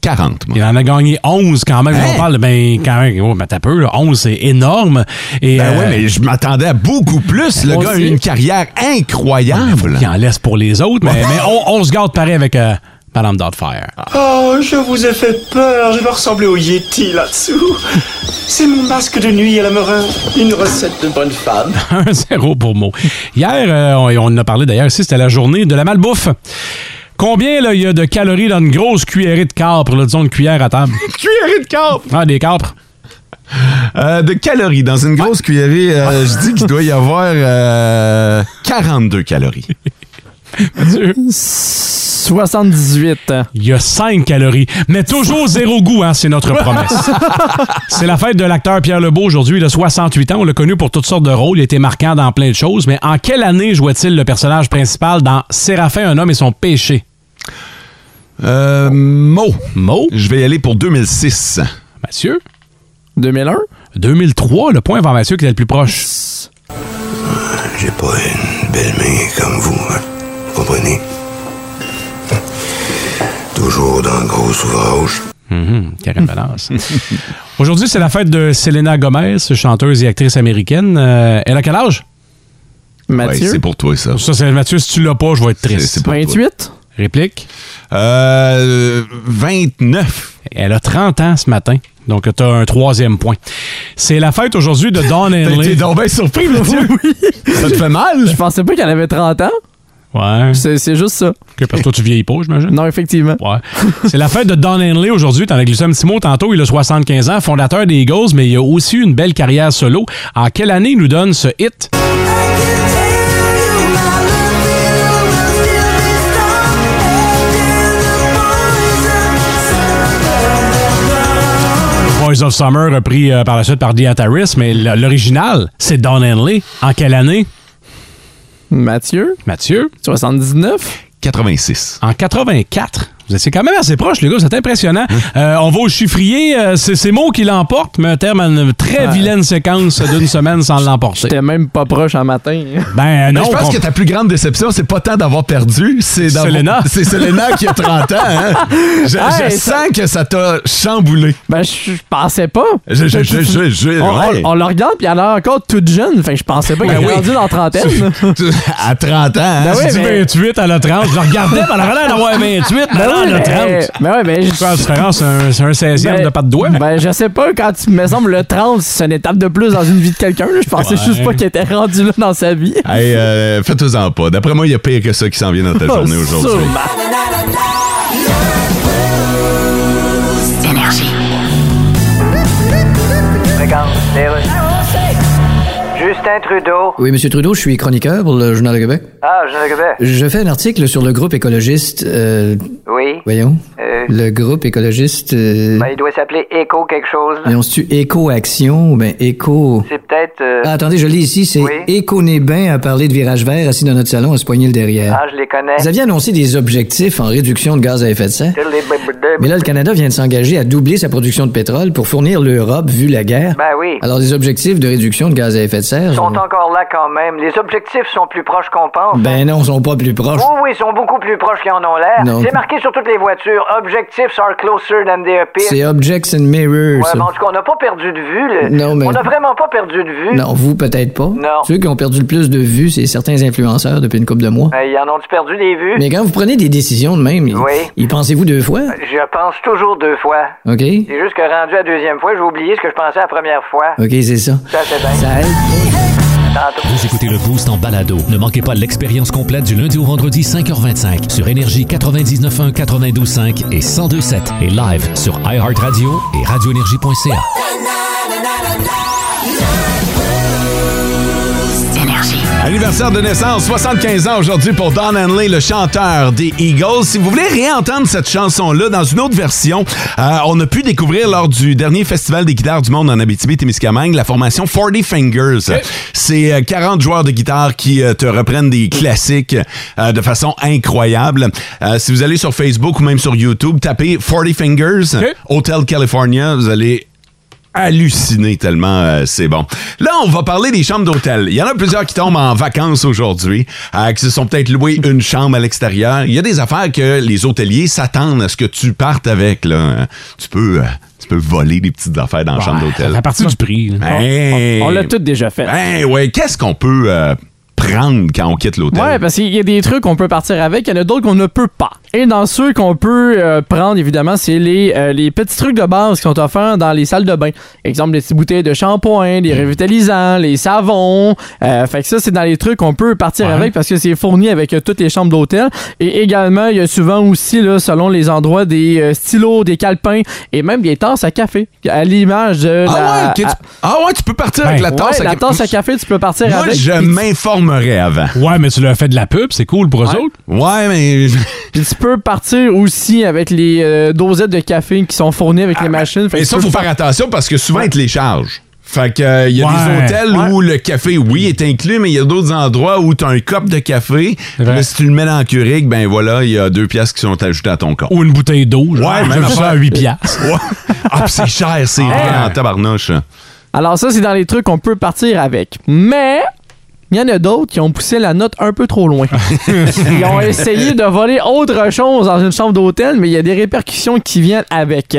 S2: 40, moi.
S3: il en a gagné 11 quand même.
S2: Hein?
S3: On parle de, ben quand même, oh, ben, t'as peu, là. 11 c'est énorme. Et,
S2: Ben
S3: euh,
S2: ouais, mais je m'attendais à beaucoup plus. Le
S3: on
S2: gars a
S3: sait.
S2: eu une carrière incroyable.
S3: qui en laisse pour les autres, mais, mais on, on se garde pareil avec euh, Madame Doubtfire.
S11: Oh, je vous ai fait peur, je vais ressembler au Yeti là-dessous. C'est mon masque de nuit à la meringue, une recette de bonne femme.
S3: 1-0 pour Mo. Hier, euh, on, on en a parlé d'ailleurs ici, c'était la journée de la malbouffe. Combien là, il y a de calories dans une grosse cuillerée de capre, là, disons une cuillère à table?
S2: Cuillerée de corps!
S3: Ah, des capres.
S2: Euh, de calories. Dans une grosse cuillerée, euh, je dis qu'il doit y avoir euh, 42 calories.
S4: 78.
S3: Il y a 5 calories, mais toujours zéro goût, hein, c'est notre promesse. C'est la fête de l'acteur Pierre Lebeau aujourd'hui, il a 68 ans. On l'a connu pour toutes sortes de rôles, il a été marquant dans plein de choses, mais en quelle année jouait-il le personnage principal dans Séraphin, un homme et son péché?
S2: Euh, Mo.
S3: Mo,
S2: Je vais y aller pour 2006.
S3: Mathieu?
S4: 2001?
S3: 2003, le point avant Mathieu qui était le plus proche.
S11: Euh, J'ai pas une belle main comme vous, hein. Vous comprenez? Toujours dans le gros ouvrage.
S3: Mhm, Karen Balance. Aujourd'hui, c'est la fête de Selena Gomez, chanteuse et actrice américaine. Euh, elle a quel âge?
S2: Ouais,
S4: Mathieu?
S2: c'est pour toi, ça.
S3: Ça, c'est Mathieu, si tu l'as pas, je vais être triste.
S2: C'est- c'est pour toi.
S4: 28?
S3: Réplique.
S2: Euh, 29.
S3: Elle a 30 ans ce matin. Donc, tu as un troisième point. C'est la fête aujourd'hui de Don
S2: T'es
S3: Henley.
S2: donc bien surpris, Mathieu. Ça te fait mal?
S4: Je pensais pas qu'elle avait 30 ans.
S3: Ouais.
S4: C'est c'est juste ça.
S3: parce que toi, tu vieillis pas, j'imagine.
S4: Non, effectivement.
S3: Ouais. C'est la fête de Don Henley aujourd'hui. T'en as glissé un petit mot tantôt. Il a 75 ans, fondateur des Eagles, mais il a aussi eu une belle carrière solo. En quelle année il nous donne ce hit? Boys of Summer, repris euh, par la suite par Dean Harris, mais l- l'original, c'est Don Henley. En quelle année?
S4: Mathieu?
S3: Mathieu?
S4: 79?
S2: 86.
S3: En 84. Vous étiez quand même assez proche, les gars, c'est impressionnant. Euh, on va au chiffrier, euh, c'est ces mots qui l'emportent, mais un terme à une très vilaine séquence d'une semaine sans l'emporter.
S4: J'étais même pas proche en matin.
S3: Ben
S2: Mais
S3: non,
S2: je pense
S3: qu'on-
S2: que ta plus grande déception, c'est pas tant d'avoir perdu, c'est d'avoir-
S3: Selena.
S2: C'est Selena qui a 30 ans. hein. Je, je
S4: Hey,
S2: sens que ça t'a chamboulé.
S4: Ben, je je pensais pas.
S2: Je- je- je- je- je-
S4: on,
S2: ouais.
S4: on- on le regarde, puis elle a l'air encore toute jeune. Fait que je pensais pas qu'elle
S2: Ben
S4: était
S2: oui.
S4: rendue dans la trentaine.
S2: à 30 ans, hein,
S4: Ben oui,
S2: c'est du
S4: mais-
S3: 28 à la 30. Je le regardais, mais elle avait l'air d'avoir 28, mais elle en
S4: oui,
S3: a
S4: mais-
S3: 30.
S4: ben ouais, ben, je-
S3: Quoi, la différence, c'est un, c'est un 16e
S4: Ben-
S3: de pas de doigt.
S4: Ben, je sais pas, quand tu me semble le 30, c'est une étape de plus dans une vie de quelqu'un. là. Je pensais
S3: Ouais.
S4: juste pas qu'il était rendu là dans sa vie.
S2: Hey, euh, faites-vous-en pas. D'après moi, il y a pire que ça qui s'en vient dans ta journée aujourd'hui.
S4: Sûrement.
S8: Énergie.
S7: Regarde, c'est vrai.
S6: Ah,
S7: Justin Trudeau.
S12: Oui, Monsieur Trudeau, je suis chroniqueur pour le Journal de Québec.
S7: Ah, je regardais.
S6: Euh,
S12: Je fais un article sur le groupe écologiste. euh,
S7: Oui.
S12: Voyons.
S7: Euh.
S12: Le groupe écologiste. euh,
S7: Ben, il doit s'appeler Éco quelque chose. là.
S12: voyons, c'est-tu Éco-Action ou bien Éco.
S7: C'est peut-être. euh,
S12: Ah, attendez, je lis ici, c'est Éco-Nébin à parler de virage vert assis dans notre salon à se poigner le derrière.
S7: Ah, je les connais.
S12: Vous aviez annoncé des objectifs en réduction de gaz à effet de serre. Mais là, le Canada vient de s'engager à doubler sa production de pétrole pour fournir l'Europe, vu la guerre.
S7: Ben oui.
S12: Alors, des objectifs de réduction de gaz à effet de serre.
S7: Ils sont encore là quand même. Les objectifs sont plus proches qu'on pense.
S12: Ben non, sont pas plus proches.
S7: Oui, oui, ils sont beaucoup plus proches qu'ils en ont l'air.
S12: Non.
S7: C'est marqué sur toutes les voitures. Objectifs are closer than they appear.
S12: C'est Objects and Mirrors.
S7: Ouais,
S12: ça.
S7: mais en tout cas, on n'a pas perdu de vue. là.
S12: Non, mais-
S7: On n'a vraiment pas perdu de vue.
S12: Non, vous peut-être pas.
S7: Non.
S12: Ceux qui ont perdu le plus de vues, c'est certains influenceurs depuis une couple de mois.
S7: Ben, ils en ont-tu perdu des vues?
S12: Mais quand vous prenez des décisions de même, y-
S7: Oui.
S12: y pensez-vous deux fois?
S7: Je pense toujours deux fois.
S12: OK?
S7: C'est juste que rendu à la deuxième fois, j'ai oublié ce que je pensais la première fois.
S12: OK, c'est ça.
S7: Ça, c'est bien.
S12: Ça
S1: Vous écoutez le Boost en balado. Ne manquez pas l'expérience complète du lundi au vendredi 5h25 sur Énergie 99.1, 92.5 et 102.7 et live sur iHeartRadio et radioénergie.ca.
S8: Énergie.
S2: Anniversaire de naissance, 75 ans aujourd'hui pour Don Henley, le chanteur des Eagles. Si vous voulez réentendre cette chanson-là dans une autre version, euh, on a pu découvrir lors du dernier Festival des guitares du monde en Abitibi-Témiscamingue la formation 40 Fingers. C'est euh, 40 joueurs de guitare qui euh, te reprennent des classiques euh, de façon incroyable. Euh, si vous allez sur Facebook ou même sur YouTube, tapez 40 Fingers, Hotel California, vous allez halluciné tellement euh, c'est bon. Là, on va parler des chambres d'hôtel. Il y en a plusieurs qui tombent en vacances aujourd'hui, euh, qui se sont peut-être loués une chambre à l'extérieur. Il y a des affaires que les hôteliers s'attendent à ce que tu partes avec. Là. Tu peux... euh, tu peux voler des petites affaires dans la chambre d'hôtel. Ben.
S3: À partir du prix. là.
S2: Hey!
S4: On l'a tout déjà fait.
S2: Hey, ouais, qu'est-ce qu'on peut euh, prendre quand on quitte l'hôtel?
S4: Ouais, parce qu'il y a des trucs qu'on peut partir avec, il y en a d'autres qu'on ne peut pas. Et dans ceux qu'on peut euh, prendre, évidemment, c'est les, euh, les petits trucs de base qui sont offerts dans les salles de bain. Exemple, des petites bouteilles de shampoing,
S2: Mm.
S4: des revitalisants, les savons. Euh, fait que ça, c'est dans les trucs qu'on peut partir avec parce que c'est fourni avec euh, toutes les chambres d'hôtel. Et également, il y a souvent aussi, là, selon les endroits, des euh, stylos, des calepins et même des tasses à café. À l'image de la...
S2: Ah ouais, ok, tu- ah ouais, tu peux partir avec la
S4: Ouais,
S2: tasse à
S4: la
S2: café.
S4: tasse à café, tu peux partir
S2: Moi,
S4: avec.
S2: je
S4: puis tu-
S2: m'informerai avant.
S3: Ouais, mais tu leur fais de la pub, c'est cool pour eux autres.
S2: Ouais, mais...
S4: Puis tu peux partir aussi avec les euh, dosettes de café qui sont fournies avec les
S2: Ah,
S4: machines. Fait
S2: ben, Mais
S4: que
S2: ça,
S4: tu peux
S2: faut
S4: le
S2: faire attention parce que souvent, ils te les chargent. Fait que, euh, il y a
S3: Ouais.
S2: des hôtels où le café, oui, est inclus, mais il y a d'autres endroits où tu as un cop de café.
S3: vrai.
S2: Mais si tu le mets dans le Keurig, ben voilà, il y a deux pièces qui sont ajoutées à ton compte.
S3: Ou une bouteille d'eau. genre.
S2: Ouais, même
S3: J'aime ça à
S2: affaire.
S3: 8 piastres.
S2: Ouais. Ah, pis c'est cher, c'est vrai, en tabarnouche.
S4: Alors ça, c'est dans les trucs qu'on peut partir avec. Mais il y en a d'autres qui ont poussé la note un peu trop loin. Ils ont essayé de voler autre chose dans une chambre d'hôtel, mais il y a des répercussions qui viennent avec.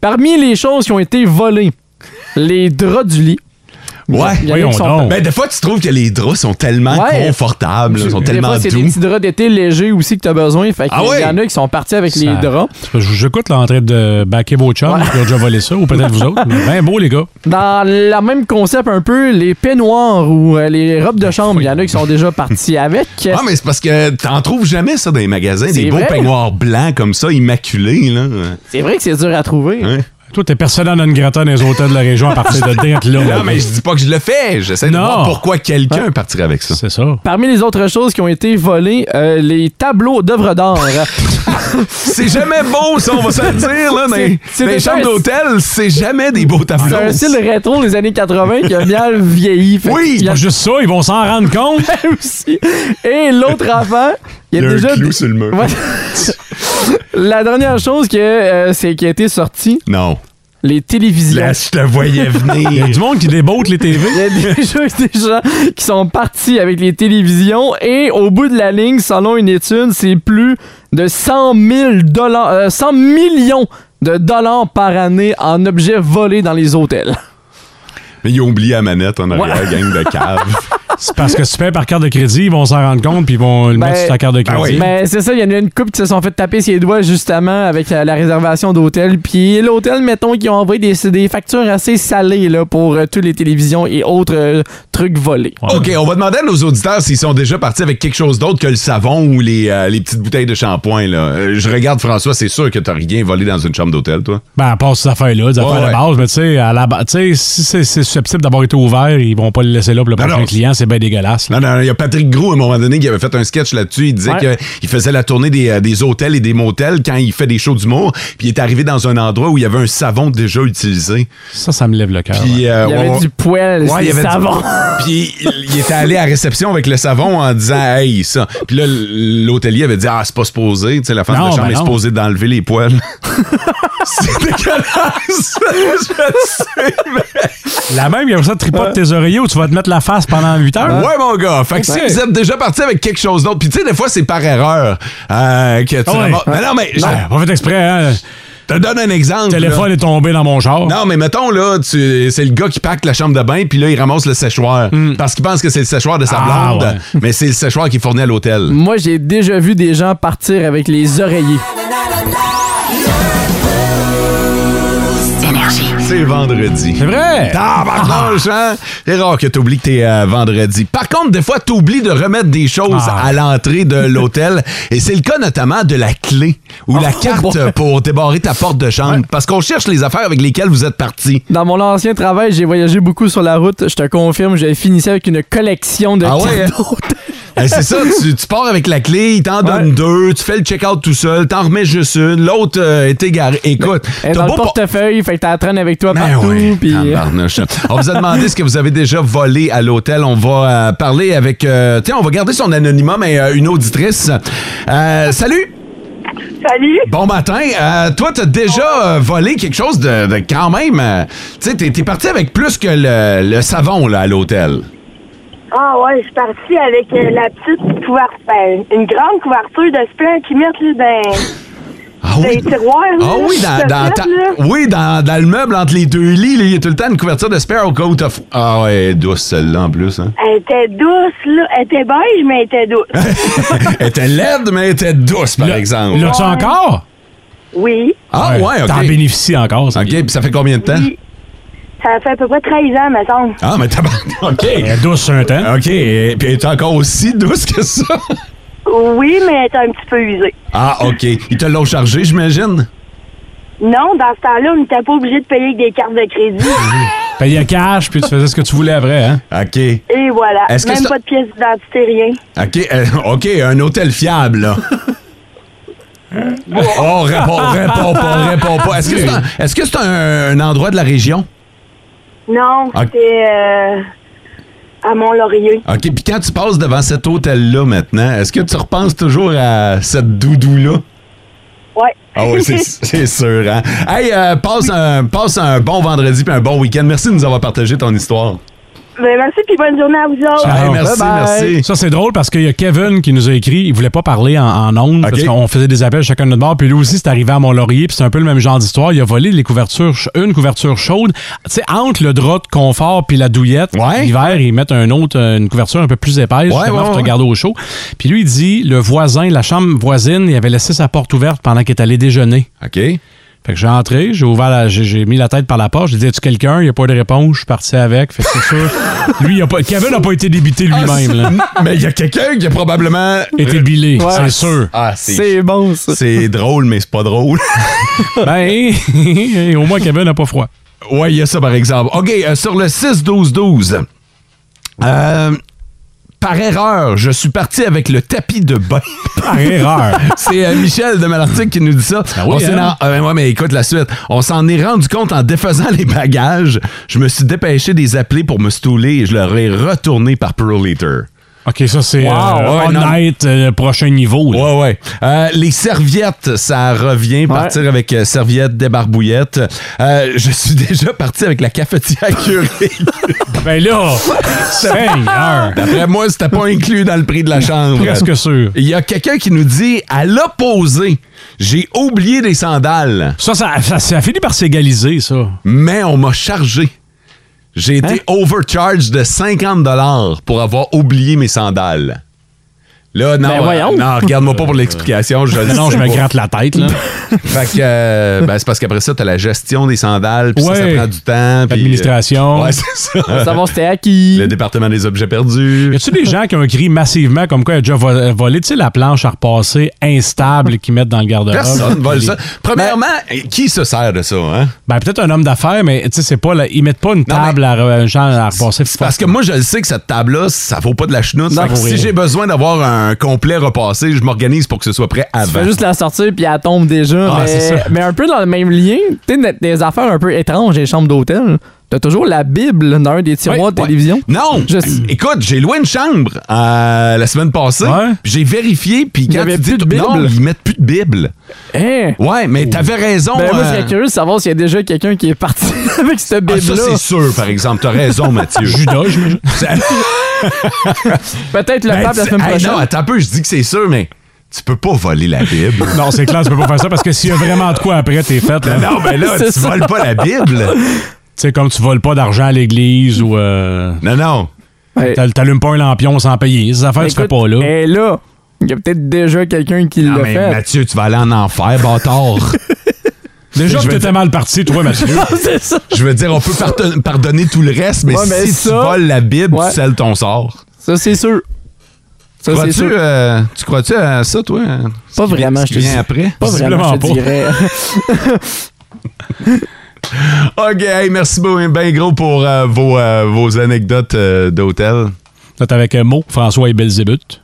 S4: Parmi les choses qui ont été volées, les draps du lit.
S2: Ouais,
S4: Il y en a qui sont-
S2: Ben, des fois, tu trouves que les draps sont tellement
S4: Oh. Ouais.
S2: confortables, là,
S4: Des
S2: sont
S4: fois,
S2: tellement
S4: c'est
S2: doux.
S4: des petits draps d'été légers aussi que t'as besoin. Fait que
S2: Ah
S4: il
S2: ouais?
S4: y en a qui sont partis avec les draps.
S3: J'écoute l'entrée de baquer vos chums qui ont déjà volé ça, ou peut-être vous autres. mais Ben beau, les gars.
S4: Dans le même concept un peu, les peignoirs ou euh, les robes de chambre, il y en a qui sont déjà partis avec.
S2: Ah, mais c'est parce que t'en trouves jamais ça dans les magasins,
S4: C'est
S2: des beaux
S4: vrai.
S2: peignoirs blancs comme ça, immaculés, là.
S4: C'est vrai que c'est dur à trouver.
S2: Ouais.
S3: Toi, t'es personnel non grata dans les hôtels de la région à partir de date là.
S2: Non, mais je dis pas que je le fais. J'essaie de
S3: Non.
S2: voir pourquoi quelqu'un partirait avec ça. C'est
S3: ça.
S4: Parmi les autres choses qui ont été volées, euh, les tableaux d'œuvres d'art.
S2: Ah, C'est jamais beau, ça, on va se le dire, là. Dans les,
S4: C'est- c'est
S2: dans les
S4: déjà
S2: chambres
S4: un-
S2: d'hôtel, c'est jamais des beaux tableaux.
S4: C'est un style rétro des années 80 qui a bien vieilli.
S2: Oui,
S4: il y a
S3: juste ça, ils vont s'en rendre compte.
S4: aussi. Et l'autre affaire, il y a,
S2: un
S4: déjà.
S2: clou sur le mur.
S4: Ouais. La dernière chose que, euh, c'est qui a été sortie,
S2: Non.
S4: les télévisions.
S2: Là, je te voyais venir.
S3: Il y a du monde qui déboute les TV.
S4: Il y a déjà des gens qui sont partis avec les télévisions et au bout de la ligne, selon une étude, c'est plus de 100 000 dollars, euh, 100 millions de dollars par année en objets volés dans les hôtels.
S2: Mais ils ont oublié la manette en arrière, gang de cave.
S3: C'est parce que si tu payes par carte de crédit, ils vont s'en rendre compte puis ils vont le mettre sur ta carte de crédit.
S4: Ben, c'est ça, il y en a une couple qui se sont fait taper ses doigts justement avec euh, la réservation d'hôtel. Puis l'hôtel, mettons, qui ont envoyé des, des factures assez salées là, pour euh, toutes les télévisions et autres euh, trucs volés.
S2: OK, on va demander à nos auditeurs s'ils sont déjà partis avec quelque chose d'autre que le savon ou les, euh, les petites bouteilles de shampoing. là. Euh, Je regarde François, c'est sûr que t'as rien volé dans une chambre d'hôtel, toi.
S3: Ben, à part ces affaires-là, des
S2: Ouais,
S3: affaires
S2: ouais.
S3: de base, mais tu sais, à la ba- tu sais, si c'est c'est susceptible d'avoir été ouvert, ils vont pas le laisser là pour le prochain
S2: non.
S3: client, c'est bien dégueulasse. là.
S2: Non, non, non, il y a Patrick Gros, à un moment donné, qui avait fait un sketch là-dessus. Il disait
S3: Ouais.
S2: qu'il faisait la tournée des, euh, des hôtels et des motels quand il fait des shows d'humour. Puis il est arrivé dans un endroit où il y avait un savon déjà utilisé.
S3: Ça, ça me lève le cœur.
S2: Puis, euh,
S4: Il y avait
S2: on-
S4: du poêle,
S2: Ouais, il y
S4: du
S2: avait du-
S4: savon.
S2: Puis il, il était allé à la réception avec le savon en disant Hey, ça. Puis là, l'hôtelier avait dit Ah, c'est pas supposé. Tu sais, la femme
S3: Non,
S2: de chambre
S3: ben
S2: est
S3: non.
S2: supposée d'enlever les poils. c'est dégueulasse. Je sais, euh,
S3: La même, il y a ça, tripote tes oreillers ou tu vas te mettre la face pendant 8 heures.
S2: Ouais, mon gars. Fait que si
S3: Ouais.
S2: vous êtes déjà parti avec quelque chose d'autre, puis tu sais, des fois, c'est par erreur euh, que tu.
S3: Ah ouais.
S2: ramasses- Mais non, mais.
S3: Non, pas fait exprès, hein.
S2: Je te donne un exemple.
S3: Le téléphone
S2: là.
S3: est tombé dans mon char.
S2: Non, mais mettons, là, tu- c'est le gars qui pack la chambre de bain, puis là, il ramasse le séchoir. Parce qu'il pense que c'est le séchoir de sa
S3: Hmm. Ah,
S2: blonde, mais c'est le séchoir qui est fourni à l'hôtel.
S4: Moi, j'ai déjà vu des gens partir avec les oreillers.
S2: C'est vendredi. C'est
S3: vrai!
S4: Eh.
S2: Tabarnouche, hein? C'est rare que t'oublies que t'es euh, vendredi. Par contre, des fois, t'oublies de remettre des choses
S4: Ah.
S2: à l'entrée de l'hôtel. Et c'est le cas notamment de la clé ou
S4: Oh,
S2: la carte pour débarrer ta porte de chambre. Parce qu'on cherche les affaires avec lesquelles vous êtes parti.
S4: Dans mon ancien travail, j'ai voyagé beaucoup sur la route. Je te confirme, j'ai fini avec une collection de
S2: Ah
S4: cartes
S2: ouais, hein?
S4: d'hôtel.
S2: Eh, c'est ça, tu, tu pars avec la clé, il t'en donne deux, tu fais le check-out tout seul, t'en remets juste une, l'autre euh, est égaré. Écoute,
S4: Elle est
S2: hein? t'as
S4: Dans
S2: beau
S4: le
S2: pas-
S4: portefeuille, fait que t'as la traîne avec toi
S2: Ben
S4: partout.
S2: ouais,
S4: puis- euh,
S2: tabarnouche. On vous a demandé ce que vous avez déjà volé à l'hôtel. On va euh, parler avec... euh, tiens, on va garder son anonymat, mais euh, une auditrice. Euh, salut!
S13: Salut!
S2: Bon matin. Euh, toi, t'as déjà euh, volé quelque chose de, de quand même... euh, tu sais, t'es t'es parti avec plus que le, le savon là, à l'hôtel.
S13: Ah ouais, je suis partie avec euh, la petite couverture, ben, une grande couverture de splin qui mettent là, dans, dans les tiroirs.
S2: Ah
S13: Ben, là,
S2: oui,
S13: qui
S2: dans, dans
S13: se
S2: ta-
S13: mettent, là.
S2: oui, dans, dans le meuble entre les deux lits, là, il y a tout le temps une couverture de Sparrow Coat of... Ah ouais, douce celle-là en plus. Hein.
S13: Elle était douce, là. Elle était beige, mais elle était douce.
S2: elle était laide, mais elle était douce, par exemple.
S3: L'as-tu encore?
S13: oui,
S2: Ah ouais, ok.
S3: T'en bénéficies encore.
S2: OK, puis ça fait combien de temps?
S13: ça fait à peu près 13 ans, me semble.
S2: Ah, mais t'as... OK. Elle
S3: est douce sur un temps.
S2: OK, et puis elle est encore aussi douce que ça?
S13: Oui, mais elle était un petit peu usée.
S2: Ah, OK. Ils te l'ont chargé, j'imagine?
S13: Non, dans ce temps-là, on n'était pas obligé de payer avec des cartes de crédit.
S3: Payais cash, puis tu faisais ce que tu voulais après, hein?
S2: OK.
S13: Et voilà.
S2: Est-ce que
S13: Même
S2: ça-
S13: pas de pièce d'identité, rien.
S2: OK, euh, OK, un hôtel fiable, là. oh, réponds, réponds pas, réponds pas. Est-ce que c'est un, est-ce que c'est un- un endroit de la région?
S13: Non,
S2: Ah.
S13: c'était euh, à Mont-Laurier.
S2: OK, puis quand tu passes devant cet hôtel-là maintenant, est-ce que tu repenses toujours à cette doudou-là?
S13: Ouais.
S2: Ah oui, c'est- c'est sûr, hein? Hey, euh, passe, un, passe un bon vendredi puis un bon week-end. Merci de nous avoir partagé ton histoire.
S13: Ben, merci, puis bonne journée à vous autres.
S3: Ah, Ça, c'est drôle parce qu'il y a Kevin qui nous a écrit. Il voulait pas parler en, en ondes parce qu'on faisait des appels chacun de notre bord. Puis lui aussi, c'est arrivé à Mont-Laurier. Puis c'est un peu le même genre d'histoire. Il a volé les couvertures, ch- une couverture chaude. Tu sais, entre le drap de confort puis la douillette, l'hiver, ils mettent un autre, euh, une couverture un peu plus épaisse
S2: Ouais,
S3: justement,
S2: ouais,
S3: pour te
S2: ouais.
S3: garder au chaud. Puis lui, il dit le voisin, la chambre voisine, il avait laissé sa porte ouverte pendant qu'il est allé déjeuner.
S2: OK. Fait
S3: que j'ai entré, j'ai ouvert la- j'ai, j'ai mis la tête par la porte, j'ai dit As-tu quelqu'un Il n'y a pas de réponse, je suis parti avec. Fait que c'est sûr. Lui, il a pas, Kevin n'a pas été débité
S2: Ah,
S3: lui-même. là.
S2: Mais il y a quelqu'un qui a probablement
S3: Été bilé,
S2: Ouais.
S3: c'est sûr.
S2: Ah,
S3: C'est
S4: bon, ça.
S2: C'est drôle, mais c'est pas drôle.
S3: ben, au moins Kevin n'a pas froid.
S2: Ouais, il y a ça par exemple. OK, euh, sur le 6-12-12. Euh, par erreur, je suis parti avec le tapis de bain.
S3: Par erreur.
S2: C'est euh, Michel de Malartic qui nous dit ça.
S3: oui,
S2: On s'est
S3: hein?
S2: ren- euh, ouais, mais écoute la suite. On s'en est rendu compte en défaisant les bagages. Je me suis dépêché de les appeler pour me stouler et je leur ai retourné par Pearl Eater.
S3: OK, ça c'est
S2: Wow,
S3: euh,
S2: ouais, non.
S3: honnête, euh, prochain niveau.
S2: Ouais, ouais. Euh, les serviettes, ça revient. Partir avec euh, serviettes, débarbouillettes. Euh, je suis déjà parti avec la cafetière curée.
S3: ben là, Seigneur.
S2: D'après moi, c'était pas inclus dans le prix de la chambre.
S3: Presque sûr.
S2: Il y a quelqu'un qui nous dit, à l'opposé, j'ai oublié des sandales.
S3: Ça, ça, ça, a fini par s'égaliser, ça.
S2: Mais on m'a chargé. J'ai
S3: Hein?
S2: été overcharged de 50 pour avoir oublié mes sandales. Là, non,
S3: Ben
S2: euh,
S3: voyons.
S2: non regarde-moi pas pour l'explication. Je le
S3: Non,
S2: sais
S3: je me
S2: pas.
S3: gratte la tête, là.
S2: Fait que, euh, ben, c'est parce qu'après ça, t'as la gestion des sandales, puis ça,
S3: Ouais.
S2: ça prend du temps. puis,
S3: L'administration.
S2: euh, ouais, c'est ça.
S3: Savoir
S4: c'était acquis.
S2: Le département des objets perdus.
S3: Y a-tu des gens qui ont écrit massivement comme quoi il a déjà vo- volé, tu sais, la planche à repasser instable qu'ils mettent dans le garde-robe?
S2: Personne vole
S3: Les-
S2: ça. Premièrement, qui se sert de ça, hein?
S3: Ben, peut-être un homme d'affaires, mais tu sais, c'est pas. la- ils mettent pas une table à, re- genre à repasser.
S2: Parce que moi, je le sais que cette table-là, ça vaut pas de la chenoute.
S3: Non.
S2: Fait que
S3: Vaut
S2: si
S3: rien.
S2: j'ai besoin d'avoir un complet repassé, je m'organise pour que ce soit prêt
S4: Tu
S2: avant.
S4: fais juste la sortir puis elle tombe déjà.
S2: Ah, c'est ça.
S4: mais, mais un peu dans le même lien, tu sais, des- des affaires un peu étranges, les chambres d'hôtel. T'as toujours la Bible dans un des tiroirs de télévision.
S2: Non! Écoute, j'ai loué une chambre euh, la semaine passée. puis J'ai vérifié, puis
S4: Il y
S2: quand
S4: avait
S2: tu dis
S4: plus de
S2: t- non,
S4: Bible.
S2: ils mettent plus de Bible. Ouais,
S3: Oh.
S2: mais t'avais raison.
S4: hein? Ben, Moi, je
S2: euh,
S4: serais curieux de savoir s'il y a déjà quelqu'un qui est parti avec cette
S2: ah,
S4: Bible-là.
S2: ça, c'est sûr, par exemple. T'as raison, Mathieu.
S3: Judas, j'imagine.
S4: Peut-être le
S2: Ben,
S4: pape la
S2: tu-
S4: semaine
S2: hey,
S4: prochaine.
S2: Non, attends un peu, je dis que c'est sûr, mais tu peux pas voler la Bible.
S3: Non, c'est clair, tu peux pas faire ça parce que s'il y a vraiment de quoi après, t'es fait. Là.
S2: Non, mais là, tu voles pas la Bible.
S3: Tu sais, comme tu voles pas d'argent à l'église ou. euh,
S2: Non, non.
S3: T'allumes pas un lampion sans payer. Ces affaires, Ah, tu fais
S4: Écoute,
S3: pas là.
S2: eh,
S4: Et là, il y a peut-être déjà quelqu'un qui
S2: Non,
S4: l'a
S2: Ah, mais
S4: fait.
S2: Mathieu, tu vas aller en enfer, bâtard.
S3: Déjà que
S2: Je vais
S3: t'étais
S2: dire-
S3: mal parti, toi, Mathieu.
S4: c'est ça.
S2: Je veux dire, on peut parton- pardonner tout le reste, mais
S4: Ouais, mais
S2: si tu
S4: ça-
S2: voles la Bible,
S4: Ouais.
S2: tu scelles ton sort.
S4: Ça, c'est sûr. Ça, c'est
S2: Crois-tu
S4: sûr.
S2: euh, tu crois-tu à ça, toi? hein?
S4: Pas
S2: Ce qui-
S4: vraiment,
S2: ce
S4: je
S2: qui
S4: te
S2: vient
S4: dis.
S2: après?
S4: Pas vraiment, je te dirais.
S2: OK, hey, merci beaucoup, ben gros pour euh, vos, euh, vos anecdotes euh, d'hôtel.
S3: T'es avec un mot, François et Belzébuth.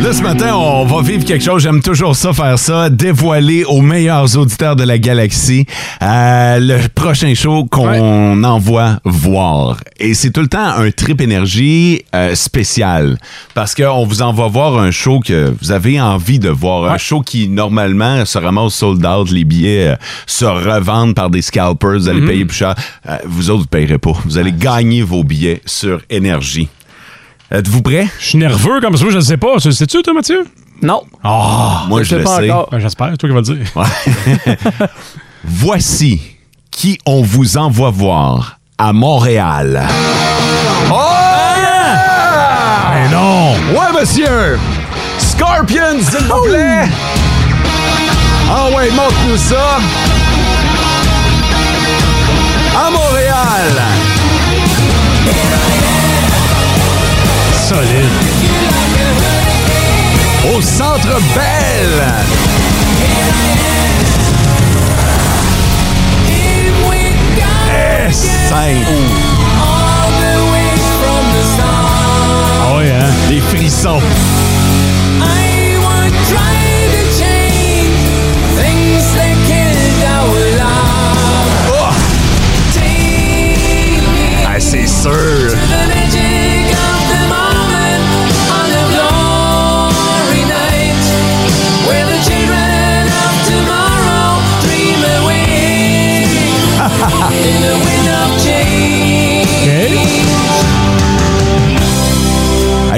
S2: Là, ce matin, on va vivre quelque chose. J'aime toujours ça, faire ça. Dévoiler aux meilleurs auditeurs de la galaxie euh, le prochain show qu'on envoie voir. Et c'est tout le temps un trip énergie euh, spécial. Parce qu'on vous envoie voir un show que vous avez envie de voir. Un show qui, normalement, se ramasse sold out. Les billets euh, se revendent par des scalpers. Vous allez payer plus cher. Euh, vous autres, vous payerez pas. Vous allez gagner vos billets sur énergie. Êtes-vous prêts?
S3: Je suis nerveux comme ça, je ne sais pas. Tu le sais-tu, toi, Mathieu?
S4: Non.
S3: Ah,
S2: Moi, je le sais.
S3: Ben, J'espère, c'est toi qui vas le dire.
S2: Voici qui on vous envoie voir à Montréal.
S3: Ben
S2: Mais non! Ouais, monsieur! Scorpions, s'il vous plaît! Ah ouais, montre-nous ça! À Montréal!
S3: Solide.
S2: Au Centre Belle! Eh, cinq.
S8: Oh,
S3: Ah ouais, hein?
S2: Des frissons. Ah, c'est sûr!
S8: Magic of the moment on a glory night.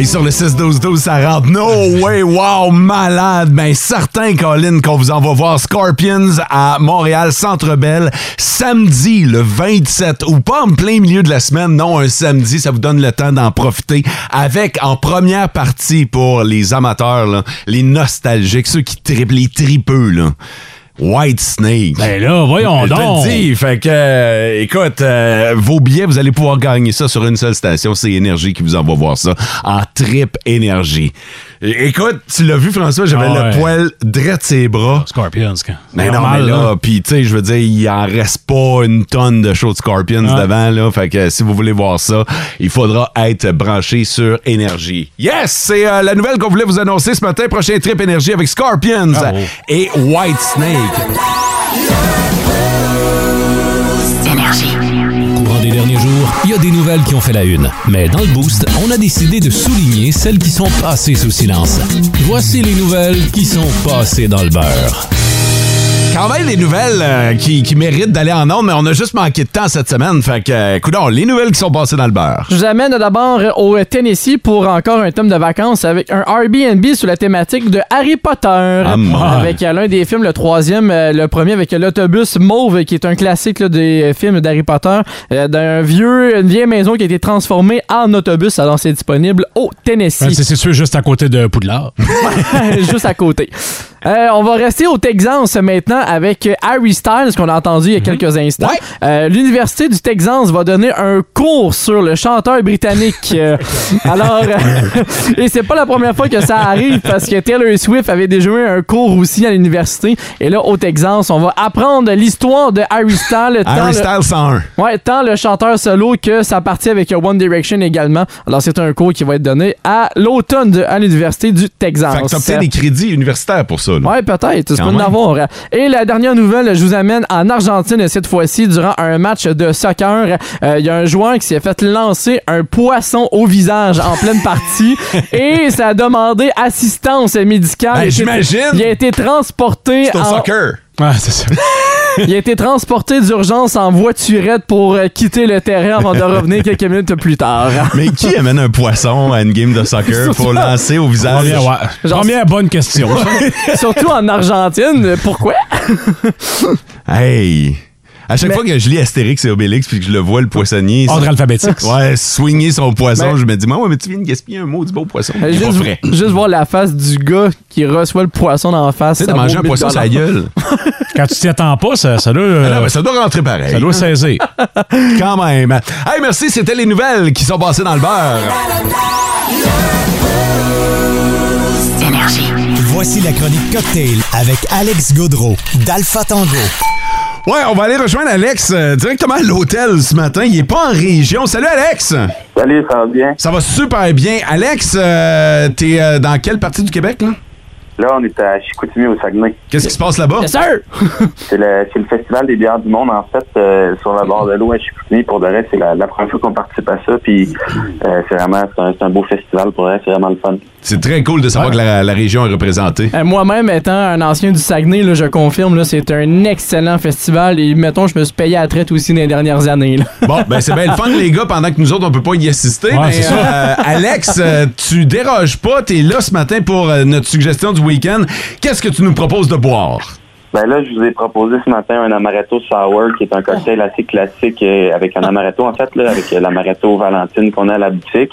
S2: sur le 6-12-12, ça rentre. No way, wow, malade. Ben, certain, Colin, qu'on vous envoie voir Scorpions à Montréal, Centre Belle, samedi, le 27, ou pas en plein milieu de la semaine, non, un samedi, ça vous donne le temps d'en profiter avec, en première partie pour les amateurs, là, les nostalgiques, ceux qui triplent, les tripeux, là. White Snake.
S3: Ben là, voyons
S2: Je te le
S3: donc.
S2: dis, fait que, euh, écoute, euh, vos billets, vous allez pouvoir gagner ça sur une seule station. C'est Énergie qui vous envoie voir ça en trip Énergie. É- Écoute, tu l'as vu, François, j'avais
S3: Ah
S2: le
S3: ouais.
S2: poil drette ses bras.
S3: Scorpions, quand.
S2: Mais non,
S3: Normal, hein.
S2: mais là,
S3: là.
S2: puis tu sais, je veux dire, il en reste pas une tonne de shows de Scorpions
S3: Ouais.
S2: devant, là. Fait que si vous voulez voir ça, il faudra être branché sur Énergie. Yes! C'est euh, la nouvelle qu'on voulait vous annoncer ce matin. Prochain trip Énergie avec Scorpions
S3: Ah, oh.
S2: et White Snake.
S1: Courant des derniers jours, il y a des nouvelles qui ont fait la une. Mais dans le Boost, on a décidé de souligner celles qui sont passées sous silence. Voici les nouvelles qui sont passées dans le beurre.
S2: Quand même des nouvelles euh, qui, qui méritent d'aller en ondes, mais on a juste manqué de temps cette semaine. Fait que, euh, coudonc, les nouvelles qui sont passées dans le beurre.
S4: Je vous amène d'abord au Tennessee pour encore un thème de vacances avec un Airbnb sous la thématique de Harry Potter. avec euh, l'un des films, le troisième, euh, le premier avec l'autobus mauve qui est un classique là, des euh, films d'Harry Potter, euh, d'un vieux, une vieille maison qui a été transformée en autobus. Alors c'est disponible au Tennessee.
S3: Ouais, Ben, c'est c'est sûr, juste à côté de Poudlard.
S4: juste à côté. Euh, on va rester au Texas maintenant avec Harry Styles qu'on a entendu
S2: Mhm.
S4: il y a quelques instants. Euh, L'université du Texas va donner un cours sur le chanteur britannique. Euh, alors, euh, et c'est pas la première fois que ça arrive parce que Taylor Swift avait déjà eu un cours aussi à l'université. Et là, au Texas, on va apprendre l'histoire de Harry Styles. tant
S2: Harry
S4: le-
S2: Styles 101.
S4: Ouais, tant le chanteur solo que sa partie avec One Direction également. Alors, c'est un cours qui va être donné à l'automne de- à l'Université du Texas.
S2: Fait que t'as peut-être des crédits universitaires pour ça. là.
S4: Ouais, peut-être. Tu peux
S2: Quand
S4: en
S2: même.
S4: avoir. Et la dernière nouvelle, je vous amène en Argentine cette fois-ci durant un match de soccer. Euh, Il y a un joueur qui s'est fait lancer un poisson au visage en pleine partie et ça a demandé assistance médicale.
S2: Ben,
S4: Il a été-
S2: j'imagine.
S4: Il a été transporté.
S2: C'est au
S4: en-
S2: soccer.
S3: c'est ça.
S4: il a été transporté d'urgence en voiturette pour euh, quitter le terrain avant de revenir quelques minutes plus tard.
S2: Mais qui amène un poisson à une game de soccer pour lancer au visage?
S3: Première, ouais. Première bonne question.
S4: Surtout en Argentine, pourquoi?
S2: Hey! À chaque
S4: Mais-
S2: fois que je lis Astérix et Obélix puis que je le vois, le poissonnier.
S3: Ordre
S2: ça-
S3: alphabétique.
S2: Ouais, swinguer son poisson,
S4: Mais-
S2: je me dis, moi, ouais, mais tu viens de gaspiller un mot du beau poisson.
S4: Euh,
S2: C'est pas
S4: juste,
S2: vrai.
S4: juste voir la face du gars qui reçoit le poisson dans la face.
S2: Tu sais, de
S4: ça
S2: manger
S4: vaut
S2: un poisson
S4: 1000
S2: sur la gueule.
S3: Quand tu t'y attends pas, ça, ça doit. euh,
S2: Ah non, mais ça doit rentrer pareil.
S3: ça doit saisir.
S2: Quand même. Hey, merci, c'était les nouvelles qui sont passées dans le beurre.
S14: Voici la chronique Cocktail avec Alex Godreau d'Alpha Tango.
S2: Ouais, on va aller rejoindre Alex euh, directement à l'hôtel ce matin. Il est pas en région. Salut, Alex!
S10: Salut, ça va bien?
S2: Ça va super bien. Alex, euh, t'es euh, dans quelle partie du Québec, là?
S10: Là, on est à Chicoutimi, au Saguenay.
S2: Qu'est-ce qui se passe là-bas?
S10: C'est le, c'est le festival des bières du monde, en fait, euh, sur la barre de l'eau à Chicoutimi. Pour de vrai, c'est la, la première fois qu'on participe à ça. Puis, euh, c'est vraiment c'est un, c'est un beau festival. Pour de vrai, c'est vraiment le fun.
S2: C'est très cool de savoir que la, la région est représentée.
S4: Euh, Moi-même, étant un ancien du Saguenay, là, je confirme, là, c'est un excellent festival. Et mettons, je me suis payé à la traite aussi dans les dernières années. là.
S2: Bon, ben c'est bien le fun, les gars, pendant que nous autres, on peut pas y assister.
S4: Ouais,
S2: mais,
S4: c'est ça.
S2: euh, Alex, euh, tu déroges pas, t'es là ce matin pour euh, notre suggestion du week-end. Qu'est-ce que tu nous proposes de boire?
S10: Ben là, je vous ai proposé ce matin un amaretto sour, qui est un cocktail assez classique euh, avec un amaretto, en fait, là, avec euh, l'amaretto Valentine qu'on a à la boutique.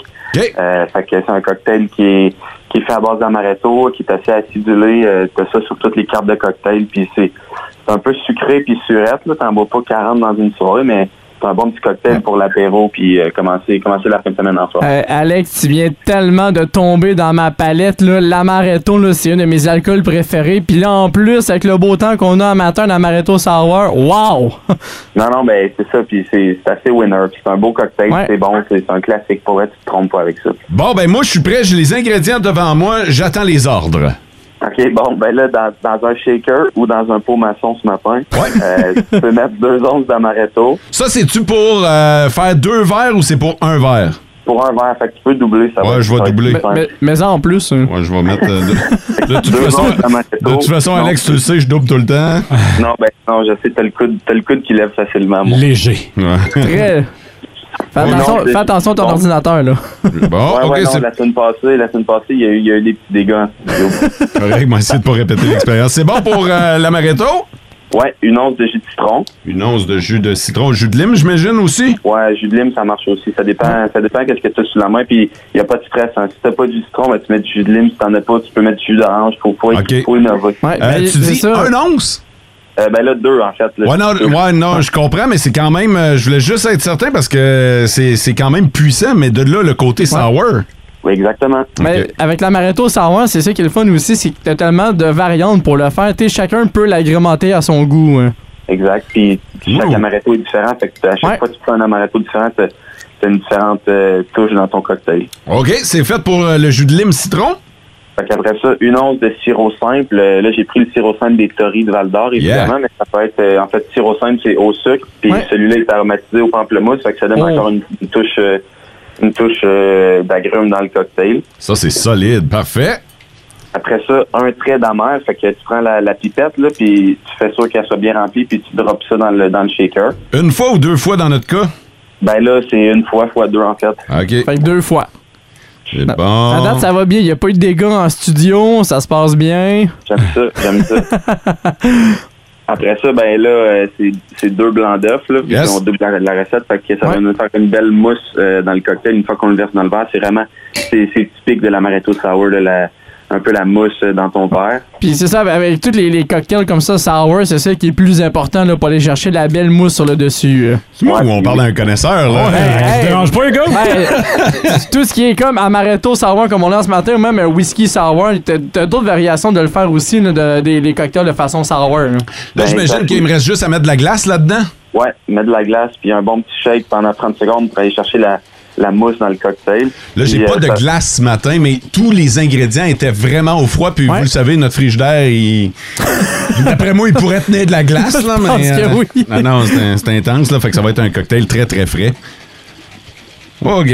S10: Euh, fait que c'est un cocktail qui est, qui est fait à base d'amaretto, qui est assez acidulé. Euh, T'as ça sur toutes les cartes de cocktail, puis c'est c'est un peu sucré puis surette. Là, t'en bois pas 40 dans une soirée, mais c'est un bon petit cocktail pour l'apéro, puis euh, commencer, commencer la fin de semaine en
S2: Oh.
S10: soirée.
S4: Euh, Alex, tu viens tellement de tomber dans ma palette. là. L'amaretto, là, c'est un de mes alcools préférés. Puis là, en plus, avec le beau temps qu'on a un matin, l'amaretto sour, wow!
S10: Non, non, ben c'est ça, puis c'est c'est assez winner. Puis c'est un beau cocktail,
S4: Ouais.
S10: c'est bon, c'est c'est un classique pour être, tu te trompes pas avec ça.
S2: Bon, ben moi, je suis prêt, j'ai les ingrédients devant moi, j'attends les ordres.
S10: OK, bon, ben là, dans, dans un shaker ou dans un pot maçon ce matin, euh, tu peux mettre deux onces d'amaretto.
S2: Ça, c'est-tu pour euh, faire deux verres ou c'est pour un verre?
S10: Pour un verre, fait que tu peux doubler, ça va.
S2: Ouais, je vais
S10: ça va être
S2: doubler.
S10: plus simple.
S4: Mais ça en plus. hein.
S2: Ouais, je vais mettre. euh, de, de toute
S10: Deux
S2: façon,
S10: onces d'amaretto.
S2: de toute façon,
S10: Non.
S2: Alex, tu le sais, je double tout le temps.
S10: Non, ben non, je sais, t'as le coude, t'as le coude qui lève facilement. Moi.
S3: Léger.
S2: Ouais.
S4: Très. Fais attention,
S10: non,
S4: fais attention à ton
S10: bon.
S4: ordinateur, là.
S2: Bon,
S10: ouais,
S2: ok,
S10: ouais, non,
S2: c'est-
S10: la semaine passée, la semaine passée, il y a eu, il y a eu des petits dégâts en studio.
S2: Correct, moi, essayer de pas répéter l'expérience. C'est bon pour euh, l'amaretto?
S10: Ouais, une once de jus de citron.
S2: Une once de jus de citron. Jus de lime, j'imagine aussi?
S10: Ouais, jus de lime, ça marche aussi. Ça dépend, ça dépend qu'est-ce que tu as sous la main. Puis, il n'y a pas de stress. Hein. Si tu pas de jus de citron, ben, tu mets du jus de lime. Si tu n'en as pas, tu peux mettre du jus d'orange. faut pas
S2: Ok.
S10: faut innover.
S2: Euh,
S4: Ben,
S2: tu dis un once?
S10: Euh, ben là, deux, en fait. là.
S2: Ouais, non, ouais, non, je comprends, mais c'est quand même. euh, Je voulais juste être certain parce que c'est c'est quand même puissant, mais de là, le côté sour.
S10: Oui, exactement.
S4: Mais avec l'amaretto sour, c'est ça qui est le fun aussi, c'est que t'as tellement de variantes pour le faire. Tu sais, chacun peut l'agrémenter à son goût. hein.
S10: Exact. Puis, chaque amaretto est différent. Fait que à chaque fois que tu prends un amaretto différent, tu as une différente euh, touche dans ton cocktail.
S2: OK, c'est fait pour euh, le jus de lime citron?
S10: Fait qu'après ça, une once de sirop simple. Euh, Là, j'ai pris le sirop simple des Tories de Val d'Or, évidemment,
S2: Yeah.
S10: mais ça peut être, euh, en fait, sirop simple, c'est au sucre, puis celui-là est aromatisé au pamplemousse, fait que ça donne
S2: Oh.
S10: encore une, une touche, euh, une touche euh, d'agrumes dans le cocktail.
S2: Ça, c'est solide. Parfait.
S10: Après ça, un trait d'amer, fait que tu prends la, la pipette, là, puis tu fais sûr qu'elle soit bien remplie, puis tu drops ça dans le, dans le shaker.
S2: Une fois ou deux fois dans notre cas?
S10: Ben là, c'est une fois, fois deux, en fait.
S2: OK.
S4: Fait que deux fois.
S2: C'est bon.
S4: À date, ça va bien. Il n'y a pas eu de dégâts en studio. Ça se passe bien.
S10: J'aime ça, j'aime ça. Après ça, ben là, euh, c'est- c'est deux blancs d'œufs, là, puis
S2: Yes.
S10: on double la, la recette, fait que ça va nous faire une belle mousse euh, dans le cocktail une fois qu'on le verse dans le verre. C'est vraiment, c'est c'est typique de l'amaretto sour, de la, un peu la mousse euh, dans ton
S2: Ah.
S10: verre.
S4: Puis c'est ça, avec tous les, les cocktails comme ça, sour, c'est ça qui est le plus important là, pour aller chercher de la belle mousse sur le dessus. hein.
S2: C'est moi où on parle à un connaisseur, là.
S4: hey.
S3: dérange pas, les gars?
S4: Hey, Ben, tout ce qui est comme amaretto sour comme on a ce matin, ou même un whisky sour, t'as t'as d'autres variations de le faire aussi, là, de- des les cocktails de façon sour. là.
S2: Là, j'imagine qu'il me reste juste à mettre de la glace là-dedans.
S10: Ouais, mets de la glace, puis un bon petit shake pendant 30 secondes pour aller chercher la, la mousse dans le cocktail.
S2: Là, j'ai
S10: Puis,
S2: pas
S10: euh,
S2: de
S10: ça-
S2: glace ce matin, mais tous les ingrédients étaient vraiment au froid. Puis vous le savez, notre frigidaire, il... d'après moi, il pourrait tenir de la glace. Là,
S4: Je
S2: mais, euh,
S4: pense que oui.
S2: Non, non, c'est un- c'est intense. Là, fait que ça va être un cocktail très, très frais. OK.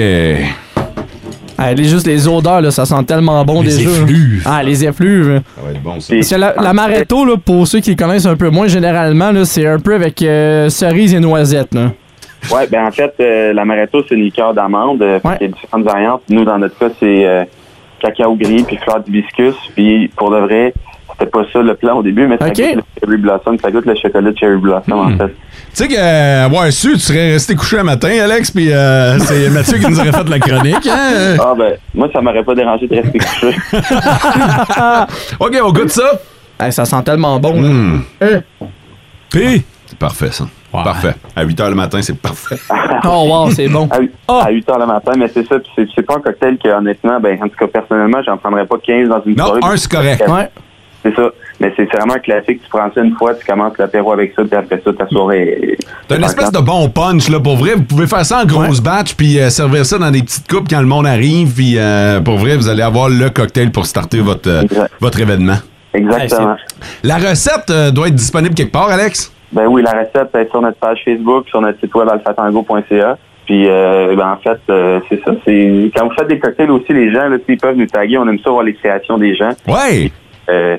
S4: Ah, les, juste les odeurs, là, ça sent tellement bon
S2: Les
S4: déjà.
S2: effluves.
S4: Ah, les effluves.
S2: Ça va être bon, ça.
S4: Parce que la, la Maretto, là, pour ceux qui connaissent un peu moins généralement, là, c'est un peu avec euh, cerise et noisette. là.
S10: Ouais, ben en fait, euh, l'amaretto, c'est une liqueur d'amande. euh, fait qu'il Il y a différentes variantes. Nous, dans notre cas, c'est euh, cacao gris, puis fleur d'hibiscus. Puis pour de vrai, c'était pas ça le plan au début, mais ça
S2: Ok. Hmm.
S10: goûte le cherry blossom. Ça goûte le chocolat cherry blossom, en fait.
S2: Tu sais que, avoir su, tu serais resté couché un matin, Alex, puis euh, c'est Mathieu qui nous aurait fait de la chronique. hein?
S10: Ah ben, moi, ça m'aurait pas dérangé de rester couché.
S2: OK, on goûte ça.
S4: Hey, ça sent tellement bon. là.
S2: Puis? Hmm. C'est parfait, ça. Parfait. À 8 h le matin, c'est parfait.
S4: Oh wow, c'est bon.
S10: À,
S2: Ah.
S10: 8 heures le matin, mais c'est ça. puis c'est- C'est pas un cocktail que, honnêtement, ben, en tout cas, personnellement, j'en prendrais pas 15 dans une
S2: Non,
S10: soirée.
S2: un, c'est correct. Ouais.
S10: C'est ça. Mais c'est vraiment un classique. Tu prends ça une fois, tu commences l'apéro avec ça, puis après ça, ta soirée. est-
S2: T'as une
S10: est
S2: espèce
S10: encore-
S2: de bon punch, là, pour vrai. Vous pouvez faire ça en grosse batch, puis euh, servir ça dans des petites coupes quand le monde arrive, puis euh, pour vrai, vous allez avoir le cocktail pour starter votre, euh, votre événement.
S10: Exactement.
S2: La recette euh, doit être disponible quelque part, Alex?
S10: Ben oui, la recette est sur notre page Facebook, sur notre site web alphatango.ca. Puis, euh, ben, en fait, euh, c'est ça. C'est quand vous faites des cocktails aussi, les gens, là, ils peuvent nous taguer. On aime ça voir les créations des gens.
S2: Ouais!
S10: Euh,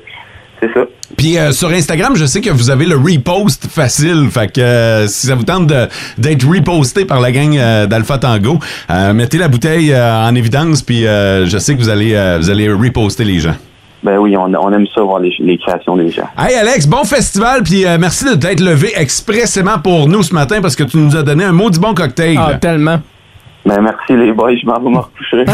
S10: c'est ça.
S2: Puis euh, sur Instagram, je sais que vous avez le repost facile. Fait que euh, si ça vous tente de- d'être reposté par la gang euh, d'Alpha Tango, euh, mettez la bouteille euh, en évidence, puis euh, je sais que vous allez, euh, vous allez reposter les gens.
S10: Ben oui, on, on aime ça voir les, les créations des gens.
S2: Hey Alex, bon festival, puis euh, merci de t'être levé expressément pour nous ce matin parce que tu nous as donné un maudit bon cocktail.
S4: Ah, tellement.
S10: Ben merci les boys, je m'en vais me recoucher.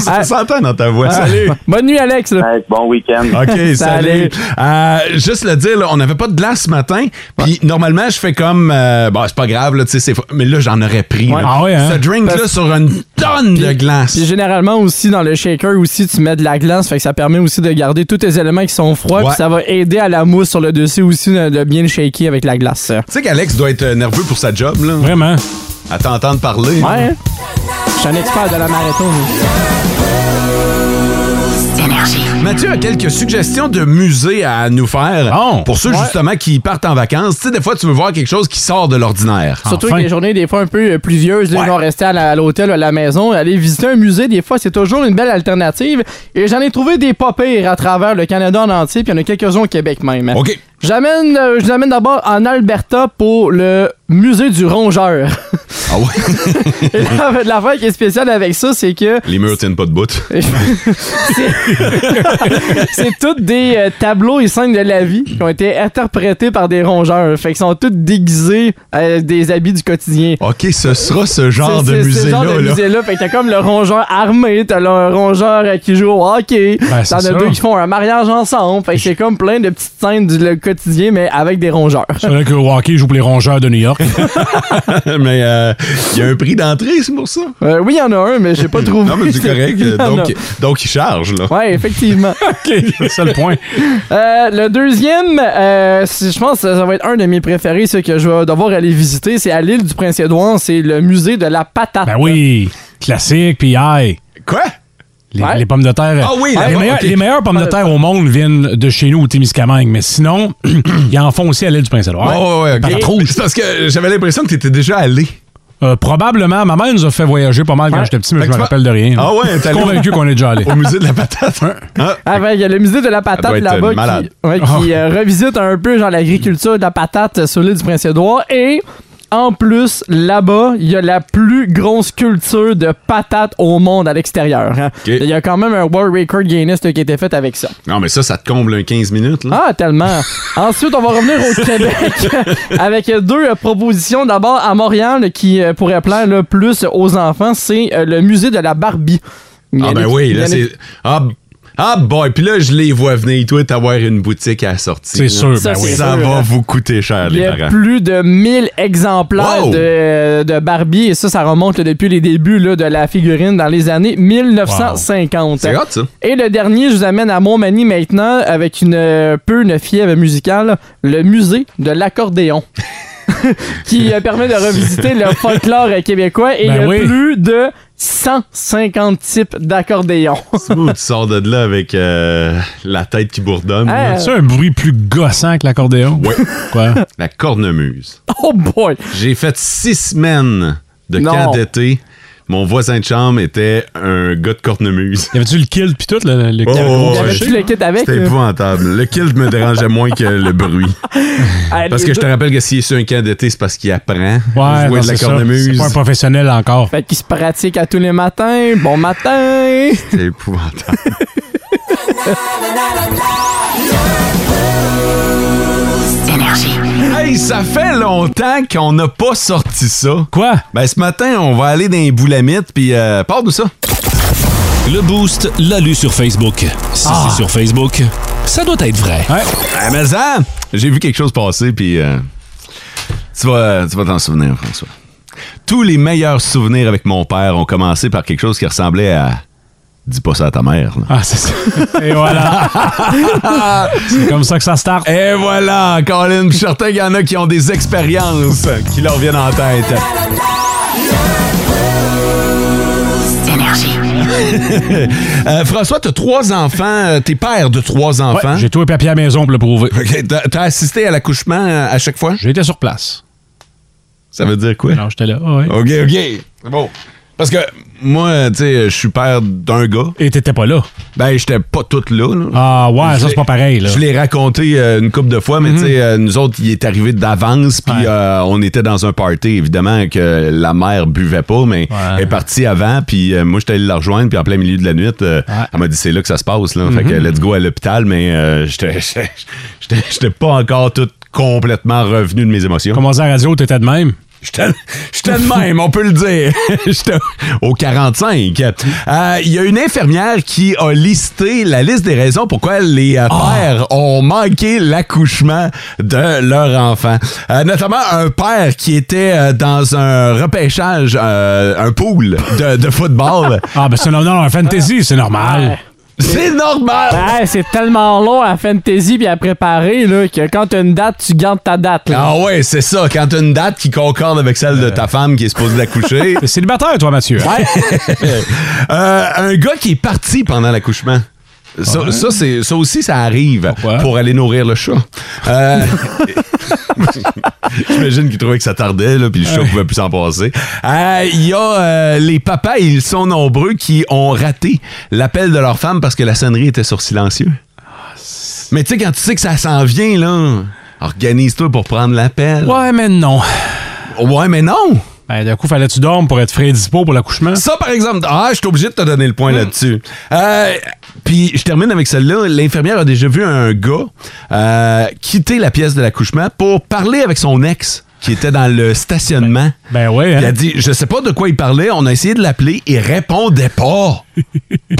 S2: Ça s'entend dans ta voix.
S10: Ah.
S2: Salut!
S4: Bonne nuit, Alex.
S10: Ben, bon week-end.
S2: OK, salut. Euh, juste le dire, là, on n'avait pas de glace ce matin. Puis normalement, je fais comme. euh, bon, c'est pas grave, là, tu sais, c'est. Mais là, j'en aurais pris.
S4: Ouais.
S2: là.
S4: Ah ouais, hein?
S2: Ce drink-là
S4: Parce-
S2: sur une tonne de glace.
S4: Puis généralement aussi dans le shaker aussi tu mets de la glace, fait que ça permet aussi de garder tous tes éléments qui sont froids,
S2: Ouais.
S4: puis ça va aider à la mousse sur le dessus aussi de, de bien le shaker avec la glace.
S2: Tu sais qu'Alex doit être euh, nerveux pour sa job, là. Vraiment. À t'entendre parler.
S4: Ouais. hein? Je suis un expert de la marathon.
S2: Mathieu a quelques suggestions de musées à nous faire. Pour ceux,
S4: Ah, Ouais.
S2: justement, qui partent en vacances. Tu sais, des fois, tu veux voir quelque chose qui sort de l'ordinaire.
S4: Ah. Surtout
S2: Enfin.
S4: avec les journées des fois un peu euh, pluvieuses, là, ils vont rester à la- à l'hôtel ou à la maison. Aller visiter un musée, des fois, c'est toujours une belle alternative. Et j'en ai trouvé des pas pires à travers le Canada en entier, puis il y en a quelques-uns au Québec même.
S2: Ah. OK.
S4: J'amène, euh, je vous amène d'abord en Alberta pour le musée du rongeur.
S2: Ah ouais?
S4: Et là, en fait, l'affaire qui est spéciale avec ça, c'est que
S2: Les murs tiennent pas de bout.
S4: c'est toutes des euh, tableaux et scènes de la vie qui ont été interprétés par des rongeurs. Fait qu'ils sont tous déguisés euh, des habits du quotidien.
S2: OK, ce sera ce genre Ah,
S4: C'est-
S2: de
S4: c'est ce
S2: musée-là.
S4: genre de
S2: là.
S4: musée-là. Fait que t'as comme le rongeur armé, t'as le rongeur euh, qui joue au hockey,
S2: Ben, c'est
S4: t'en as
S2: ça.
S4: deux qui font un mariage ensemble. Fait que c'est comme plein de petites scènes du le quotidien, mais avec des rongeurs.
S3: C'est vrai que le hockey joue pour les rongeurs de New York.
S2: mais euh, il y a un prix d'entrée, c'est pour ça.
S4: Euh, oui, il y en a un, mais j'ai pas trouvé.
S2: Non, mais c'est correct. euh,
S4: Il y en a.
S2: Donc, donc, il charge, là.
S4: Ouais, effectivement.
S3: OK, c'est le point.
S4: Euh, le deuxième, euh, si- je pense que ça va être un de mes préférés, ce que je vais devoir aller visiter, c'est à l'île du Prince-Édouard, c'est le musée de la patate.
S3: Ben oui, classique, puis aïe.
S2: Quoi?
S3: Les, les pommes de terre.
S4: Ah oui,
S3: les,
S4: là-bas,
S3: meilleures,
S4: ok.
S3: les meilleures pommes de terre au monde viennent de chez nous, au Témiscamingue. Mais sinon, ils en font aussi à l'île du Prince-Édouard.
S2: Ouais, ouais, ouais, ok.
S3: Patate rouge.
S2: C'est parce que j'avais l'impression que tu étais déjà allé.
S3: Euh, probablement. Ma mère nous a fait voyager pas mal quand
S2: Ouais.
S3: j'étais petit, mais
S2: Fait
S3: je
S2: que
S3: me
S2: tu
S3: rappelle de rien.
S2: Ah ouais,
S3: Je suis
S2: t'es allé
S3: convaincu
S2: au-
S3: qu'on est déjà allé.
S2: au musée de la patate.
S4: Ah ben, il y a le musée de la
S2: doit
S4: patate
S2: être
S4: là-bas
S2: malade. Oh.
S4: qui, ouais, qui, euh, revisite un peu genre l'agriculture de la patate sur l'île du Prince-Édouard et en plus là-bas, il y a la plus grosse culture de patates au monde à l'extérieur. hein. Il y a quand même un World Record Guinness là, qui a été fait avec ça.
S2: Non, mais ça, ça te comble un 15 minutes, là.
S4: Ah, tellement. Ensuite, on va revenir au Québec avec deux euh, propositions. D'abord, à Montréal, qui euh, pourrait plaire là, plus aux enfants, c'est euh, le musée de la Barbie. Il y en
S2: Ah,
S4: a
S2: ben
S4: qui-
S2: oui,
S4: il y en
S2: là,
S4: a
S2: c'est. Ah, ah boy, puis là, je les vois venir, toi, t'avoir une boutique à la sortie.
S3: C'est
S2: là.
S3: sûr, ben
S2: ça,
S3: oui.
S2: Ça
S3: C'est sûr,
S2: va
S3: là.
S2: vous coûter cher,
S4: hein. Il y
S2: les
S4: a
S2: parents.
S4: plus de 1000 exemplaires
S2: Wow!
S4: de, euh, de Barbie et ça, ça remonte là, depuis les débuts là, de la figurine dans les années 1950.
S2: C'est hot, ça.
S4: Et le dernier, je vous amène à Montmagny maintenant avec une euh, peu une fièvre musicale, le musée de l'accordéon. qui euh, permet de revisiter le folklore euh, québécois et
S2: Ben
S4: il y a
S2: oui.
S4: plus de 150 types d'accordéons.
S2: C'est beau, tu sors de là avec euh, la tête qui bourdonne. là.
S4: Ah, euh,
S3: C'est un bruit plus gossant que l'accordéon.
S2: Ouais.
S3: Quoi?
S2: La cornemuse.
S4: Oh boy!
S2: J'ai fait six semaines de
S4: Non.
S2: camp d'été. Mon voisin de chambre était un gars de cornemuse.
S3: Y avait-tu le kilt pis tout, le, le
S2: Oh,
S4: Il y avait plus le kit avec. euh,
S2: C'était
S4: là.
S2: épouvantable. Le kilt me dérangeait moins que le bruit.
S4: Ah,
S2: Parce
S4: les
S2: que je te
S4: deux-
S2: rappelle que s'il est sur un camp d'été, c'est parce qu'il apprend à
S3: Ouais,
S2: jouer
S3: non,
S2: de
S3: c'est
S2: la
S3: ça. C'est
S2: cornemuse.
S3: pas un professionnel encore.
S4: Fait qu'il se pratique à tous les matins. Bon matin!
S2: C'est épouvantable. Hey, ça fait longtemps qu'on n'a pas sorti ça.
S3: Quoi?
S2: Ben, ce matin, on va aller dans les boulamites, puis euh, parle-nous ça.
S1: Le Boost l'a lu sur Facebook. Si
S2: Ah.
S1: c'est sur Facebook, ça doit être vrai.
S2: Ah, mais ça, j'ai vu quelque chose passer, puis euh, tu vas tu vas t'en souvenir, François. Tous les meilleurs souvenirs avec mon père ont commencé par quelque chose qui ressemblait à... Dis pas ça à ta mère. là.
S3: Ah, c'est ça. Et voilà. c'est comme ça que ça start.
S2: Et Eh, voilà, Colin, je suis certain qu'il y en a qui ont des expériences qui leur viennent en tête. Euh, François, t'as trois enfants, euh, t'es père de trois enfants.
S3: Ouais, J'ai tout un papier à la maison pour le prouver.
S2: Ok, t'as- T'as assisté à l'accouchement euh, à chaque fois?
S3: J'étais sur place.
S2: Ça veut dire quoi?
S3: Non, j'étais là. Ah ouais.
S2: OK, OK. C'est bon. Parce que moi, tu sais, je suis père d'un gars.
S3: Et t'étais pas là?
S2: Ben, j'étais pas tout là. là.
S3: Ah ouais, ça c'est pas pareil. Là. Mhm.
S2: Je l'ai raconté euh, une couple de fois, mais tu sais, euh, nous autres, il est arrivé d'avance, puis euh, on était dans un party, évidemment, que la mère buvait pas, mais elle est partie avant, puis euh, moi, j'étais allé la rejoindre, puis en plein milieu de la nuit, euh, elle m'a dit, c'est là que ça se passe, là. Fait que
S3: Mhm.
S2: let's go à l'hôpital, mais euh, j'étais- j'étais j'étais- j'étais pas encore tout complètement revenu de mes émotions.
S3: Comment dire à la radio, t'étais de même?
S2: J'étais j'étais de même, on peut le dire. J'étais au 45. Euh, Il y a une infirmière qui a listé la liste des raisons pourquoi les euh, pères ont manqué l'accouchement de leur enfant. Euh, notamment un père qui était euh, dans un repêchage, euh, un pool de, de football.
S3: Ah ben c'est normal, un fantasy, c'est normal.
S2: C'est normal!
S4: Ouais, c'est tellement long à Fantasy puis à préparer là, que quand t'as une date, tu gardes ta date. là.
S2: Ah ouais, c'est ça. Quand t'as une date qui concorde avec celle de ta femme qui est supposée d'accoucher.
S3: T'es célibataire, toi, Mathieu.
S2: Euh, un gars qui est parti pendant l'accouchement. Ça, ça, c'est- ça aussi, ça arrive pour aller nourrir le chat. Euh, J'imagine qu'il trouvait que ça tardait, là, puis le chat pouvait plus s'en passer. Euh, Il y a euh, les papas, ils sont nombreux, qui ont raté l'appel de leur femme parce que la sonnerie était sur silencieux. Mais tu sais, quand tu sais que ça s'en vient, là, organise-toi pour prendre l'appel.
S3: Ouais, mais non.
S2: Ouais, mais non.
S3: Ben, d'un coup, fallait-tu dormir pour être frais et dispo pour l'accouchement?
S2: Ça, par exemple, ah, je suis obligé de te donner le point là-dessus. Euh, Puis, je termine avec celle-là. L'infirmière a déjà vu un gars euh, quitter la pièce de l'accouchement pour parler avec son ex qui était dans le stationnement.
S3: Ben, ouais.
S2: Il a dit, je sais pas de quoi il parlait, on a essayé de l'appeler, il répondait pas.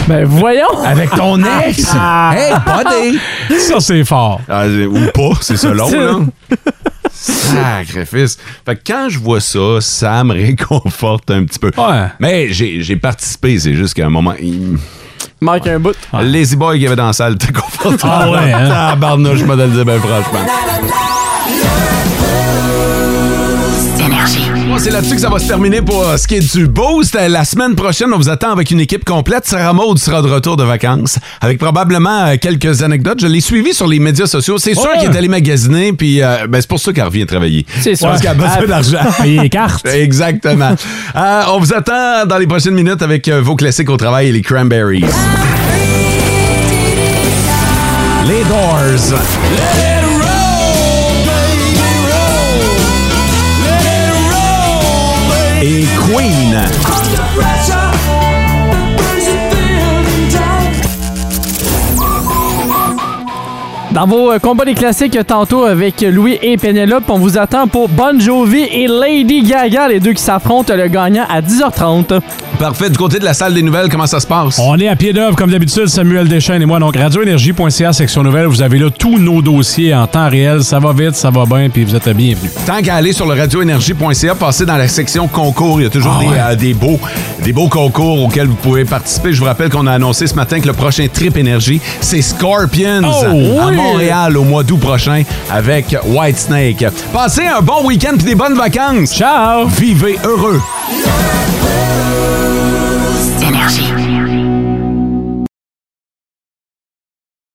S4: ben voyons!
S2: Avec ton ex!
S3: Ah,
S2: hey, buddy!
S3: Ça, c'est fort.
S2: Ah, ou pas, c'est selon, là. Sacrifice. Fait que quand je vois ça, ça me réconforte un petit peu.
S3: Ouais.
S2: Mais j'ai j'ai participé, c'est juste qu'à un moment... il-
S4: Manque un bout.
S2: Lazy boy qui avait dans la salle, t'es confortable.
S3: Ah ouais, hein?
S2: Tabarnouche, je me donne bien franchement. Bon, c'est là-dessus que ça va se terminer pour euh, ce qui est du boost. Euh, La semaine prochaine, on vous attend avec une équipe complète. Sarah Maud sera de retour de vacances avec probablement euh, quelques anecdotes. Je l'ai suivie sur les médias sociaux. C'est sûr
S3: Ouais.
S2: qu'elle est allée magasiner, puis euh, ben, c'est pour ça qu'elle revient travailler.
S4: C'est sûr.
S2: Parce qu'elle a besoin
S3: Ah,
S2: d'argent.
S3: payer les cartes.
S2: Exactement. Euh, on vous attend dans les prochaines minutes avec euh, vos classiques au travail et les cranberries. Les Doors. Et Queen.
S4: Dans vos euh, combats des classiques, euh, tantôt avec Louis et Penelope, on vous attend pour Bon Jovi et Lady Gaga, les deux qui s'affrontent, le gagnant à 10h30.
S2: Parfait. Du côté de la salle des nouvelles, comment ça se passe?
S3: On est à pied d'œuvre, comme d'habitude, Samuel Deschênes et moi. Donc, radioénergie.ca, section nouvelle, vous avez là tous nos dossiers en temps réel. Ça va vite, ça va bien, puis vous êtes bienvenus.
S2: Tant qu'à aller sur le radioénergie.ca, passez dans la section concours. Il y a toujours
S3: Ah
S2: des,
S3: ouais.
S2: euh, des beaux, des beaux concours auxquels vous pouvez participer. Je vous rappelle qu'on a annoncé ce matin que le prochain Trip Énergie, c'est Scorpions
S3: Oh,
S2: à
S3: oui.
S2: Montréal au mois d'août prochain avec Whitesnake. Passez un bon week-end et des bonnes vacances.
S3: Ciao!
S2: Vivez heureux.
S8: Yeah!